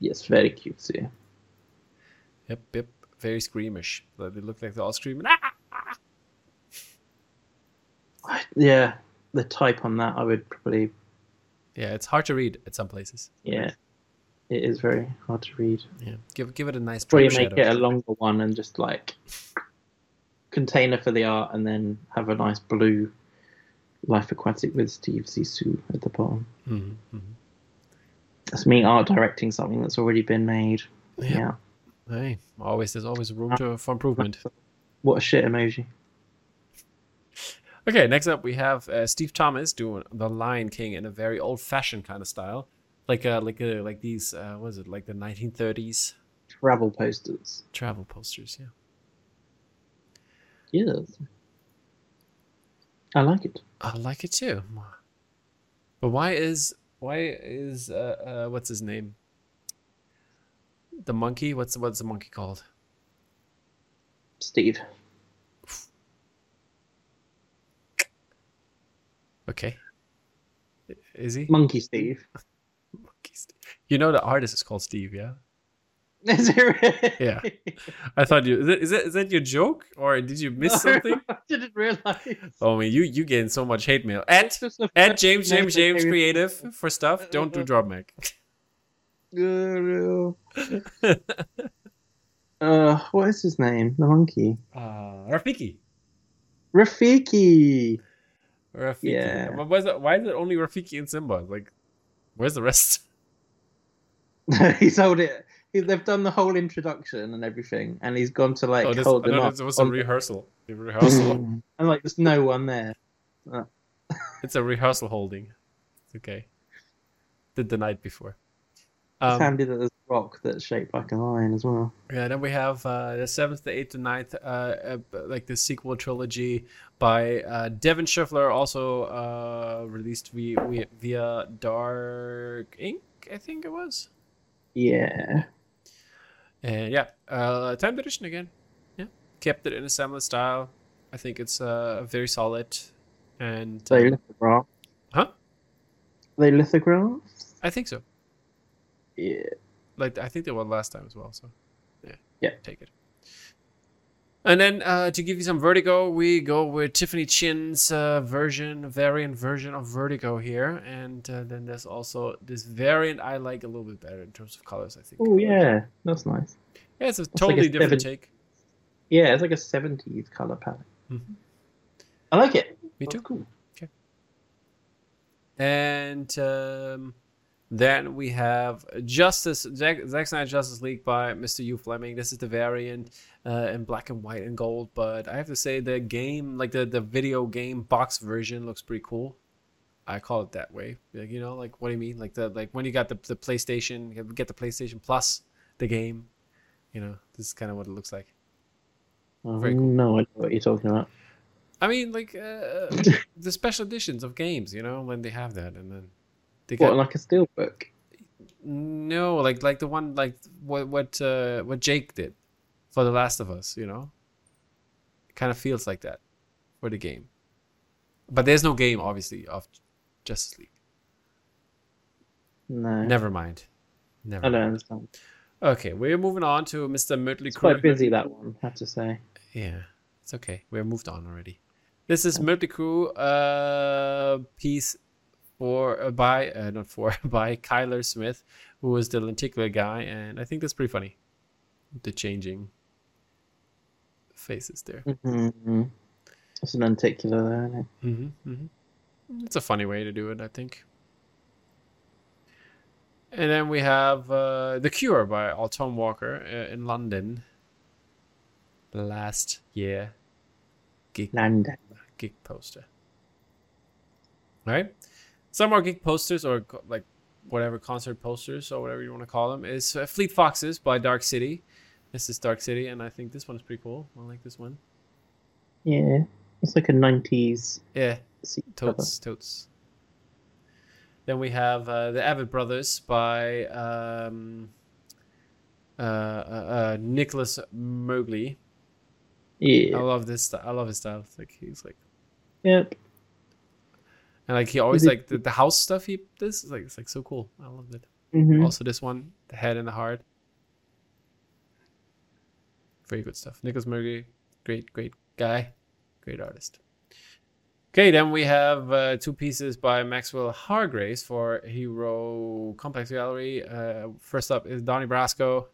Speaker 2: Yes, very cutesy.
Speaker 1: Yep, yep, very screamish. Like, They look like they're all screaming. "Ah!"
Speaker 2: I, yeah, the type on that I would probably
Speaker 1: Yeah, it's hard to read at some places.
Speaker 2: yeah. it is very hard to read.
Speaker 1: Yeah, give give it a nice.
Speaker 2: Probably
Speaker 1: drop
Speaker 2: make
Speaker 1: shadow.
Speaker 2: it a longer one and just like container for the art, and then have a nice blue Life Aquatic with Steve Zissou at the bottom.
Speaker 1: Mhm, mhm.
Speaker 2: That's me art directing something that's already been made.
Speaker 1: Yeah.
Speaker 2: yeah.
Speaker 1: Hey, always there's always room to, for
Speaker 2: (laughs)
Speaker 1: improvement.
Speaker 2: What a shit emoji.
Speaker 1: Okay, next up we have uh, Steve Thomas doing The Lion King in a very old-fashioned kind of style, like uh, like uh, like these uh, what is it like the 1930s
Speaker 2: Travel posters.
Speaker 1: travel posters? Yeah,
Speaker 2: Yes. I like it.
Speaker 1: I like it too. But why is why is uh, uh what's his name? The monkey. What's what's the monkey called?
Speaker 2: Steve.
Speaker 1: Okay, is he?
Speaker 2: Monkey Steve. (laughs)
Speaker 1: Monkey Steve. You know the artist is called Steve, yeah.
Speaker 2: Is it
Speaker 1: Yeah. I thought you is, it, is that is that your joke or did you
Speaker 2: (laughs)
Speaker 1: miss something?
Speaker 2: I didn't realize.
Speaker 1: Oh, I mean, you you getting so much hate mail at at James James James Creative for stuff. Don't do drop Mac. (laughs)
Speaker 2: Uh, what is his name? The monkey.
Speaker 1: Uh, Rafiki.
Speaker 2: Rafiki. (laughs)
Speaker 1: Rafiki.
Speaker 2: Yeah.
Speaker 1: But why is, it, why is it only Rafiki and Simba? Like, where's the rest?
Speaker 2: he's held it. He, they've done the whole introduction and everything, and he's gone to like
Speaker 1: oh, this,
Speaker 2: hold them
Speaker 1: no,
Speaker 2: up.
Speaker 1: this was a
Speaker 2: on-
Speaker 1: rehearsal. A
Speaker 2: (laughs)
Speaker 1: rehearsal. (laughs)
Speaker 2: and like, there's no one there.
Speaker 1: it's a rehearsal holding. It's okay. Did the night before.
Speaker 2: it's
Speaker 1: Um,
Speaker 2: handy that there's a rock that's shaped like a lion as well.
Speaker 1: yeah, then we have uh, the seventh, the eighth, and ninth, uh, uh, b- like the sequel trilogy by uh, Devin Schiffler, also uh, released via, via, via Dark Ink, I think it was.
Speaker 2: Yeah.
Speaker 1: And yeah, uh, timed edition again. Yeah, kept it in a similar style. I think it's uh, very solid, and uh,
Speaker 2: They lithograph.
Speaker 1: Huh?
Speaker 2: They lithograph.
Speaker 1: I think so.
Speaker 2: Yeah.
Speaker 1: Like I think they won last time as well. So yeah,
Speaker 2: Yeah.
Speaker 1: take it. And then uh, to give you some Vertigo, we go with Tiffany Chin's uh, version, variant version of Vertigo here, and uh, then there's also this variant I like a little bit better in terms of colors. I think.
Speaker 2: Oh yeah, that's nice.
Speaker 1: yeah, it's a
Speaker 2: like a
Speaker 1: totally different
Speaker 2: seven-
Speaker 1: take.
Speaker 2: Yeah, it's like a '70s color palette.
Speaker 1: Mhm.
Speaker 2: I like it.
Speaker 1: Me
Speaker 2: That's
Speaker 1: too.
Speaker 2: Cool.
Speaker 1: And um, then we have Justice Zack, Zack Snyder Justice League by Mr. Hugh Fleming. This is the variant uh, in black and white and gold, but I have to say the game, like the, the video game box version, looks pretty cool. I call it that way. Like, you know, like what do you mean? Like the like when you got the, the PlayStation, you get the PlayStation Plus, the game. You know, this is kind of what it looks like.
Speaker 2: Oh,
Speaker 1: Very cool.
Speaker 2: No idea what you're talking about.
Speaker 1: I mean, like uh, the special editions of games. You know, when they have that, and then they
Speaker 2: What, like a steel book?
Speaker 1: No, like like the one like what what uh, what Jake did for The Last of Us, you know. It kind of feels like that for the game, but there's no game obviously of Justice League.
Speaker 2: No,
Speaker 1: Never mind. Never.
Speaker 2: I don't
Speaker 1: mind.
Speaker 2: understand.
Speaker 1: Okay, we're moving on to Mr. Myrtley
Speaker 2: It's quite
Speaker 1: Crue.
Speaker 2: busy that one, I have to say.
Speaker 1: Yeah, it's okay. We're moved on already. This is Myrtley Crew uh, piece for uh, by uh, not for (laughs) by Kyler Smith, who was the lenticular guy, and I think that's pretty funny. The changing faces there.
Speaker 2: Mm-hmm. It's an lenticular, though, isn't it?
Speaker 1: Mm-hmm, It's a funny way to do it, I think. And then we have uh, The Cure by Alton Walker uh, in London last year. Gig
Speaker 2: London.
Speaker 1: gig poster. Right? Some are gig posters or co- like whatever concert posters or whatever you want to call them is uh, Fleet Foxes by Dark City. This is Dark City, and I think this one is pretty cool. I like this one.
Speaker 2: Yeah, it's like a 90s
Speaker 1: Yeah,
Speaker 2: sea cover.
Speaker 1: totes, totes. Then we have uh, the Abbott Brothers by um, uh, uh, uh, Nicholas Mowgli. I
Speaker 2: Yeah.
Speaker 1: love this. St- I love his style. It's like he's like
Speaker 2: Yep.
Speaker 1: and like he always
Speaker 2: it-
Speaker 1: like the, the house stuff. He this is like it's like so cool. I love it.
Speaker 2: hmm
Speaker 1: Also, this one, the head and the heart. Very good stuff. Nicholas Murray, great, great guy, great artist. Okay, then we have uh, two pieces by Maxwell Hargraves for Hero Complex Gallery. Uh, first up is Donnie Brasco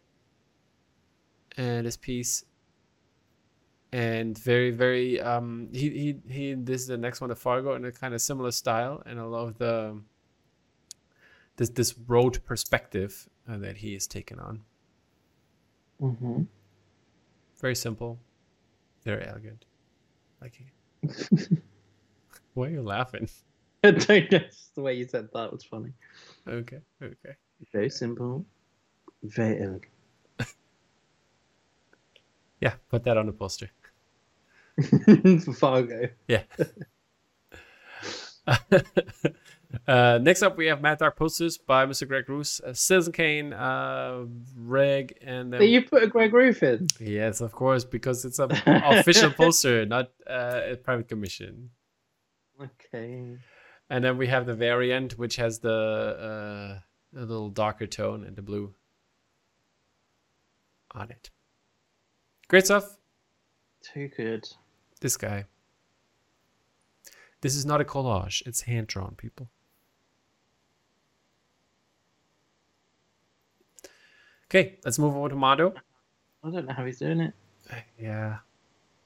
Speaker 1: and his piece. And very, very, um, he, he, he, this is the next one to Fargo in a kind of similar style. And I love the, this, this road perspective uh, that he is taken on.
Speaker 2: (laughs) Mm-hmm.
Speaker 1: Very simple, very elegant. Like it. Why are you laughing?
Speaker 2: I don't know. Just the way you said that was funny.
Speaker 1: Okay, okay.
Speaker 2: Very simple, very elegant.
Speaker 1: Yeah, put that on the poster. (laughs)
Speaker 2: (laughs) For Fargo.
Speaker 1: Yeah. uh, next up, we have Mad Dark posters by Mr. Greg Roos, uh, Citizen Kane, uh, Reg, and then.
Speaker 2: But you put a Greg Roof in.
Speaker 1: Yes, of course, because it's
Speaker 2: (laughs)
Speaker 1: an official poster, not uh, a private commission.
Speaker 2: Okay.
Speaker 1: And then we have the variant, which has the uh, a little darker tone and the blue on it. Great stuff.
Speaker 2: Too good.
Speaker 1: This guy. This is not a collage. It's hand drawn, people. Okay, let's move over to Mado.
Speaker 2: I don't know how he's doing it.
Speaker 1: Yeah.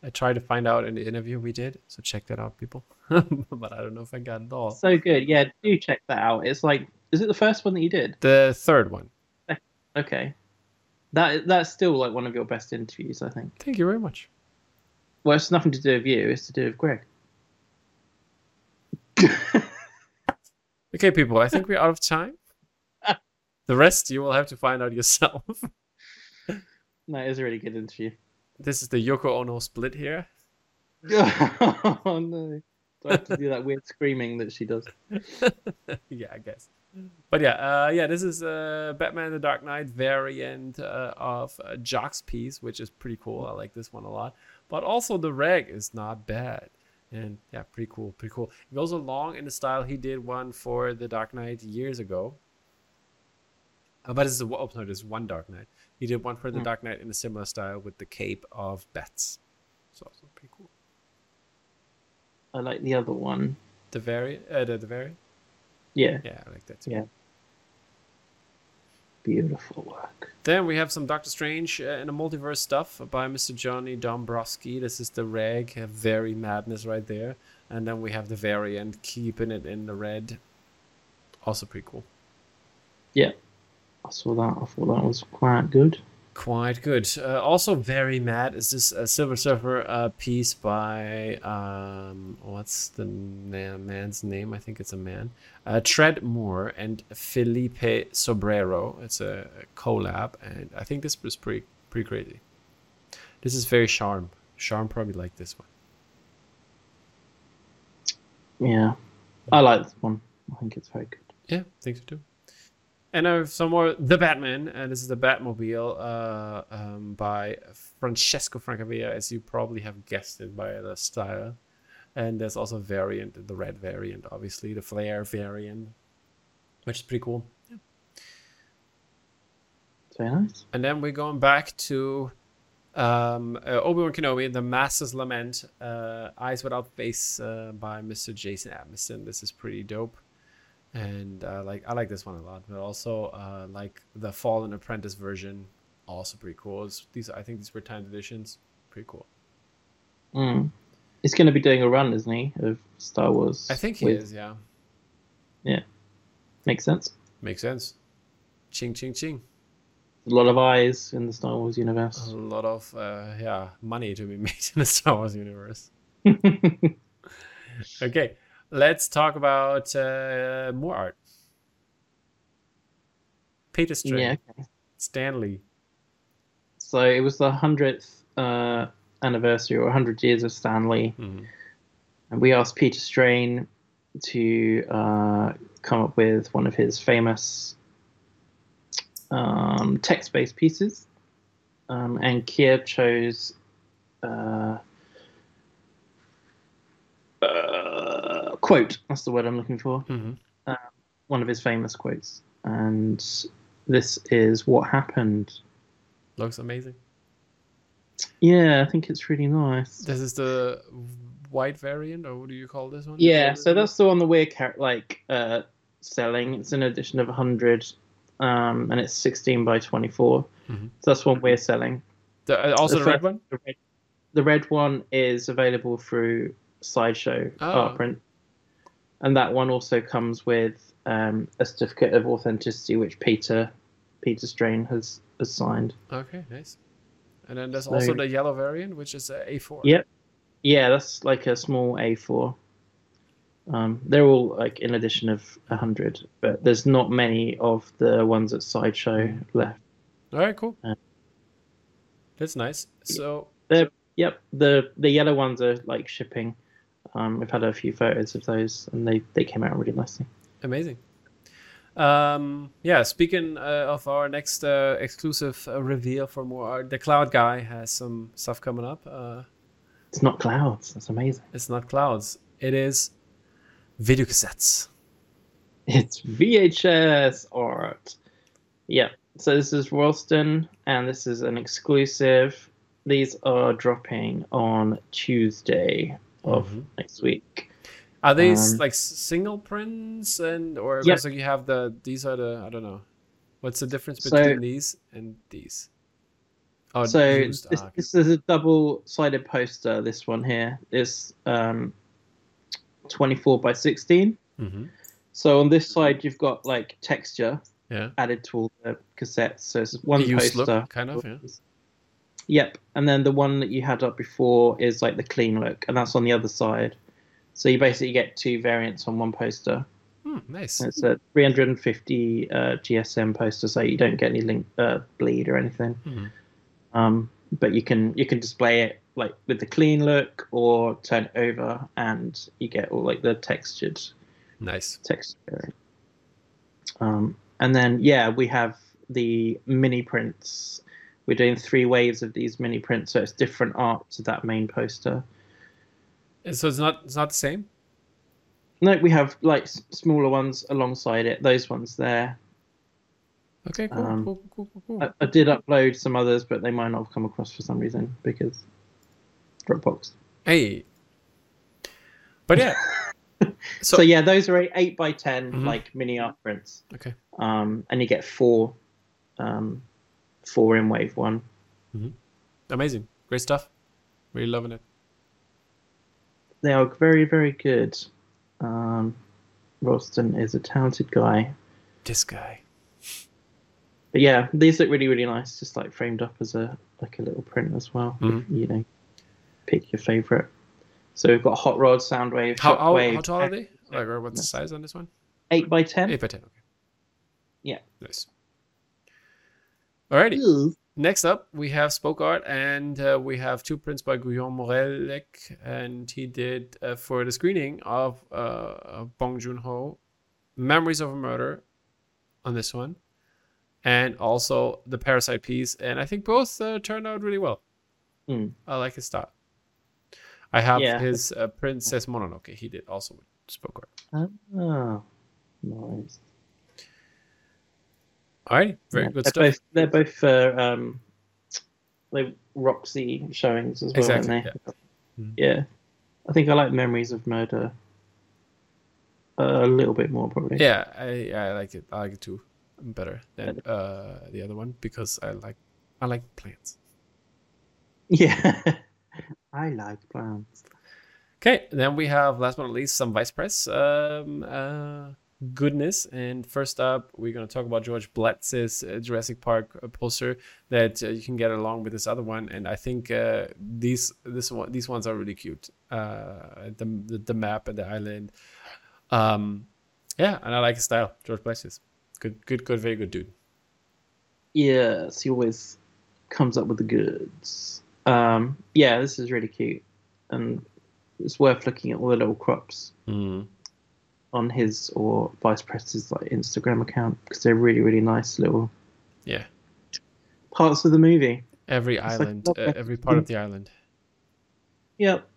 Speaker 1: I tried to find out in the interview we did, so check that out, people. (laughs) but I don't know if I got it all.
Speaker 2: So good. Yeah, do check that out. It's like, is it the first one that you did?
Speaker 1: The third one.
Speaker 2: Okay. That that's still like one of your best interviews, I think.
Speaker 1: Thank you very much.
Speaker 2: Well, it's nothing to do with you. It's to do with Greg.
Speaker 1: Okay, people, I think we're out of time. the rest you will have to find out yourself. (laughs)
Speaker 2: No, it was a really good interview.
Speaker 1: this is the Yoko Ono split here.
Speaker 2: (laughs) oh no! Do I have to do that weird screaming that she does?
Speaker 1: yeah, I guess. But yeah, uh, yeah, this is uh, Batman: The Dark Knight variant uh, of uh, Jock's piece, which is pretty cool. I like this one a lot. But also the reg is not bad, and yeah, pretty cool, pretty cool. It goes along in the style he did one for the Dark Knight years ago. Uh, but it's the oh, sorry, this is one Dark Knight. He did one for the
Speaker 2: Hmm.
Speaker 1: Dark Knight in a similar style with the cape of bats. So also pretty cool.
Speaker 2: I like the other one.
Speaker 1: The vari, uh, the, the vari.
Speaker 2: Yeah,
Speaker 1: Yeah, I like that too.
Speaker 2: Yeah. beautiful work.
Speaker 1: Then we have some Doctor Strange uh, and the multiverse stuff by Mr. Johnny Dombrowski. This is the reg, uh, very madness right there. And then we have the variant keeping it in the red. Also pretty cool.
Speaker 2: I saw that. I thought that was quite good.
Speaker 1: Quite good. Uh, also very mad is this uh, Silver Surfer uh, piece by um, what's the na- man's name? I think it's a man. Uh, Tread Moore and Felipe Sobrero. It's a collab, and I think this was pretty pretty crazy. This is very charm. Charm probably liked this one.
Speaker 2: Yeah, I like this one. I think it's very good.
Speaker 1: Yeah, think so too. And I have some more The Batman, and this is the Batmobile uh, um, by Francesco Francavilla, as you probably have guessed it by the style. And there's also a variant, the red variant, obviously, the flare variant, which is pretty cool.
Speaker 2: It's very nice.
Speaker 1: And then we're going back to um, uh, Obi Wan Kenobi, The Master's Lament, uh, Eyes Without Face uh, by Mr. Jason Atmison. This is pretty dope, and uh, like I like this one a lot. But also uh, like the Fallen Apprentice version, also pretty cool. It's, these I think these were timed editions, pretty cool.
Speaker 2: Mm. He's going to be doing a run, isn't he, of Star Wars?
Speaker 1: I think he
Speaker 2: with-
Speaker 1: is. Yeah,
Speaker 2: Makes sense.
Speaker 1: makes sense. Ching ching ching.
Speaker 2: A lot of eyes in the Star Wars universe.
Speaker 1: A lot of uh, yeah money to be (laughs) made in the Star Wars universe.
Speaker 2: (laughs)
Speaker 1: Okay, let's talk about uh, more art. Peter String,
Speaker 2: yeah.
Speaker 1: Stanley.
Speaker 2: So it was the hundredth uh, anniversary or hundred years of Stanley,
Speaker 1: Mm-hmm.
Speaker 2: and we asked Peter Strain to uh, come up with one of his famous um, text-based pieces, um, and Kier chose. Uh, uh, quote. That's the word I'm looking for.
Speaker 1: Mm-hmm.
Speaker 2: One of his famous quotes, and this is what happened.
Speaker 1: Looks amazing.
Speaker 2: Yeah, I think it's really nice.
Speaker 1: This is the white variant, or what do you call this one?
Speaker 2: Yeah, so that's the one that we're car- like uh, selling. It's an edition of 100, um, and it's 16 by 24.
Speaker 1: Mhm.
Speaker 2: So that's one we're selling.
Speaker 1: The- uh, also the,
Speaker 2: The
Speaker 1: red
Speaker 2: first-
Speaker 1: one.
Speaker 2: The red, the red one is available through Sideshow
Speaker 1: Oh.
Speaker 2: Art Print, and that one also comes with um, a certificate of authenticity, which Peter Peter Strain has, has signed.
Speaker 1: Okay, nice. And then there's
Speaker 2: So-
Speaker 1: also the yellow variant, which is uh, A4.
Speaker 2: Yep. Yeah, that's like a small A4. Um, they're all like an addition of 100, but there's not many of the ones at Sideshow left.
Speaker 1: All right, cool.
Speaker 2: Yeah.
Speaker 1: That's nice. So
Speaker 2: Yep, the the yellow ones are like shipping. Um, we've had a few photos of those, and they, they came out really nicely.
Speaker 1: Amazing. Um, yeah, speaking uh, of our next uh, exclusive uh, reveal for more art, the Cloud Guy has some stuff coming up. Uh,
Speaker 2: It's not clouds. That's amazing. (laughs)
Speaker 1: it's not clouds, it is video cassettes.
Speaker 2: It's VHS art. Yeah. So this is Ralston, and this is an exclusive. These are dropping on Tuesday of
Speaker 1: Mhm.
Speaker 2: next week.
Speaker 1: Are these
Speaker 2: Um,
Speaker 1: like s- single prints and or
Speaker 2: Yeah.
Speaker 1: because like you have the these are the I don't know. What's the difference
Speaker 2: So-
Speaker 1: between these and these? Oh,
Speaker 2: so
Speaker 1: used,
Speaker 2: this,
Speaker 1: ah, okay.
Speaker 2: this is a double-sided poster. This one here is um, 24 by 16.
Speaker 1: Mhm.
Speaker 2: So on
Speaker 1: Mm-hmm.
Speaker 2: this side, you've got like texture
Speaker 1: Yeah.
Speaker 2: added to all the cassettes. So it's one
Speaker 1: The used
Speaker 2: poster.
Speaker 1: look, kind of, yeah.
Speaker 2: Yep, and then the one that you had up before is like the clean look, and that's on the other side. So you basically get two variants on one poster.
Speaker 1: Hmm, nice.
Speaker 2: And It's a 350 uh, GSM poster, so you don't get any link uh, bleed or anything.
Speaker 1: Mhm.
Speaker 2: Um, but you can you can display it like with the clean look, or turn it over, and you get all like the textured
Speaker 1: Nice.
Speaker 2: texture. Um, and then yeah, we have the mini prints. We're doing three waves of these mini prints, so it's different art to that main poster.
Speaker 1: And so it's not it's not the same?
Speaker 2: No, we have like s- smaller ones alongside it. Those ones there.
Speaker 1: Okay, cool,
Speaker 2: Um,
Speaker 1: cool, cool, cool, cool.
Speaker 2: I, I did upload some others, but they might not have come across for some reason because Dropbox.
Speaker 1: Hey. But
Speaker 2: (laughs)
Speaker 1: yeah.
Speaker 2: So,
Speaker 1: so,
Speaker 2: yeah, those are eight, eight by 10
Speaker 1: Mhm.
Speaker 2: like mini art prints,
Speaker 1: okay.
Speaker 2: um, and you get four, um, four in wave one.
Speaker 1: Amazing. Great stuff. Really loving it.
Speaker 2: They are very, very good. Um, Ralston is a talented guy.
Speaker 1: This guy.
Speaker 2: But yeah, these look really, really nice, just like framed up as a like a little print as well.
Speaker 1: Mhm.
Speaker 2: You know, pick your favorite. So we've got Hot Rod, Soundwave,
Speaker 1: How how,
Speaker 2: Shockwave,
Speaker 1: how tall are
Speaker 2: (laughs)
Speaker 1: they? Like or what's the
Speaker 2: Yes.
Speaker 1: size on this one?
Speaker 2: Eight by ten.
Speaker 1: Eight by ten, okay.
Speaker 2: Yeah.
Speaker 1: Nice. Alrighty.
Speaker 2: Ooh.
Speaker 1: Next up, we have Spoke Art, and uh, we have two prints by Guillaume Morelec, and he did uh, for the screening of uh, of Bong Joon Ho, Memories of a Murder, on this one, and also the Parasite piece, and I think both uh, turned out really well.
Speaker 2: Mm.
Speaker 1: I like his style. I have
Speaker 2: Yeah.
Speaker 1: his uh, Princess Mononoke. He did also with Spoke Art.
Speaker 2: Ah, nice.
Speaker 1: All right, very
Speaker 2: Yeah,
Speaker 1: good
Speaker 2: they're
Speaker 1: stuff.
Speaker 2: Both, they're both for um, they Roxy showings as well, aren't
Speaker 1: Exactly,
Speaker 2: they?
Speaker 1: yeah. Mhm.
Speaker 2: Yeah. I think I like Memories of Murder a little bit more probably.
Speaker 1: Yeah, I I like it. I like it too better than uh the other one because I like I like plants.
Speaker 2: (laughs) Yeah. I like plants.
Speaker 1: Okay, then we have last but not least some vice press um uh goodness and first up we're going to talk about George Blatz's uh, Jurassic Park uh, poster that uh, you can get along with this other one and I think uh these this one these ones are really cute. Uh the the, the map and the island. Um yeah, and I like his style. George Blatz's. Good good good very good dude.
Speaker 2: Yes, he always comes up with the goods. Um, yeah, this is really cute. And it's worth looking at all the little crops
Speaker 1: Mm.
Speaker 2: on his or Vice Press's like Instagram account because they're really, really nice little
Speaker 1: Yeah.
Speaker 2: parts of the movie.
Speaker 1: Every
Speaker 2: like
Speaker 1: island,
Speaker 2: not
Speaker 1: uh,
Speaker 2: that
Speaker 1: every part of the island.
Speaker 2: Yep.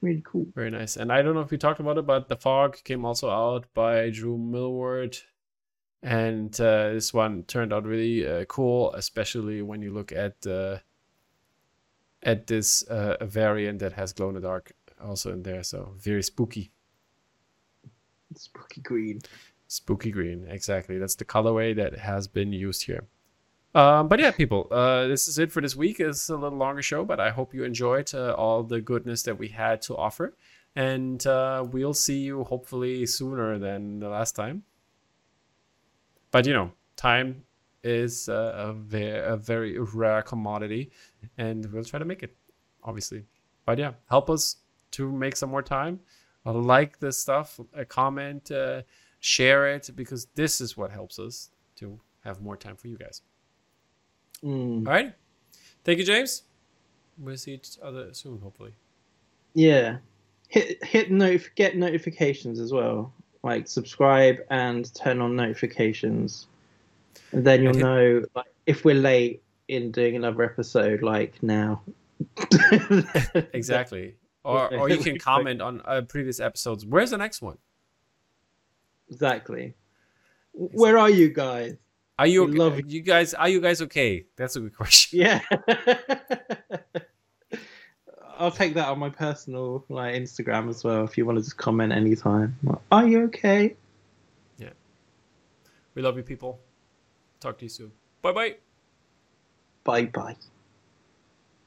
Speaker 2: Really cool.
Speaker 1: Very nice. And I don't know if we talked about it, but The Fog came also out by Drew Millward. And uh, this one turned out really uh, cool, especially when you look at uh, at this uh, variant that has glow in the dark also in there. So very spooky.
Speaker 2: Spooky green.
Speaker 1: Spooky green, exactly. That's the colorway that has been used here. Um, but yeah, people, uh, this is it for this week. It's a little longer show, but I hope you enjoyed uh, all the goodness that we had to offer. And uh, we'll see you hopefully sooner than the last time. But you know, time is a, very, a very rare commodity, and we'll try to make it, obviously. But yeah, help us to make some more time. Like this stuff, uh, comment, share it, because this is what helps us to have more time for you guys.
Speaker 2: Mm.
Speaker 1: All right. Thank you, James. We'll see each other soon, hopefully.
Speaker 2: Yeah. Hit hit notif- get notifications as well. Like subscribe and turn on notifications. And then you'll
Speaker 1: And hit-
Speaker 2: know like, if we're late in doing another episode, like now. (laughs)
Speaker 1: (laughs) Exactly. Or, or you can comment on uh, previous episodes. Where's the next one?
Speaker 2: Exactly. Where are you guys?
Speaker 1: Are you
Speaker 2: We love
Speaker 1: you guys? Are you guys okay? That's a good (laughs) question.
Speaker 2: Yeah. (laughs) I'll take that on my personal like Instagram as well if you want to just comment anytime. Like, are you okay?
Speaker 1: We love you, people. Talk to you soon. Bye bye.
Speaker 2: Bye bye.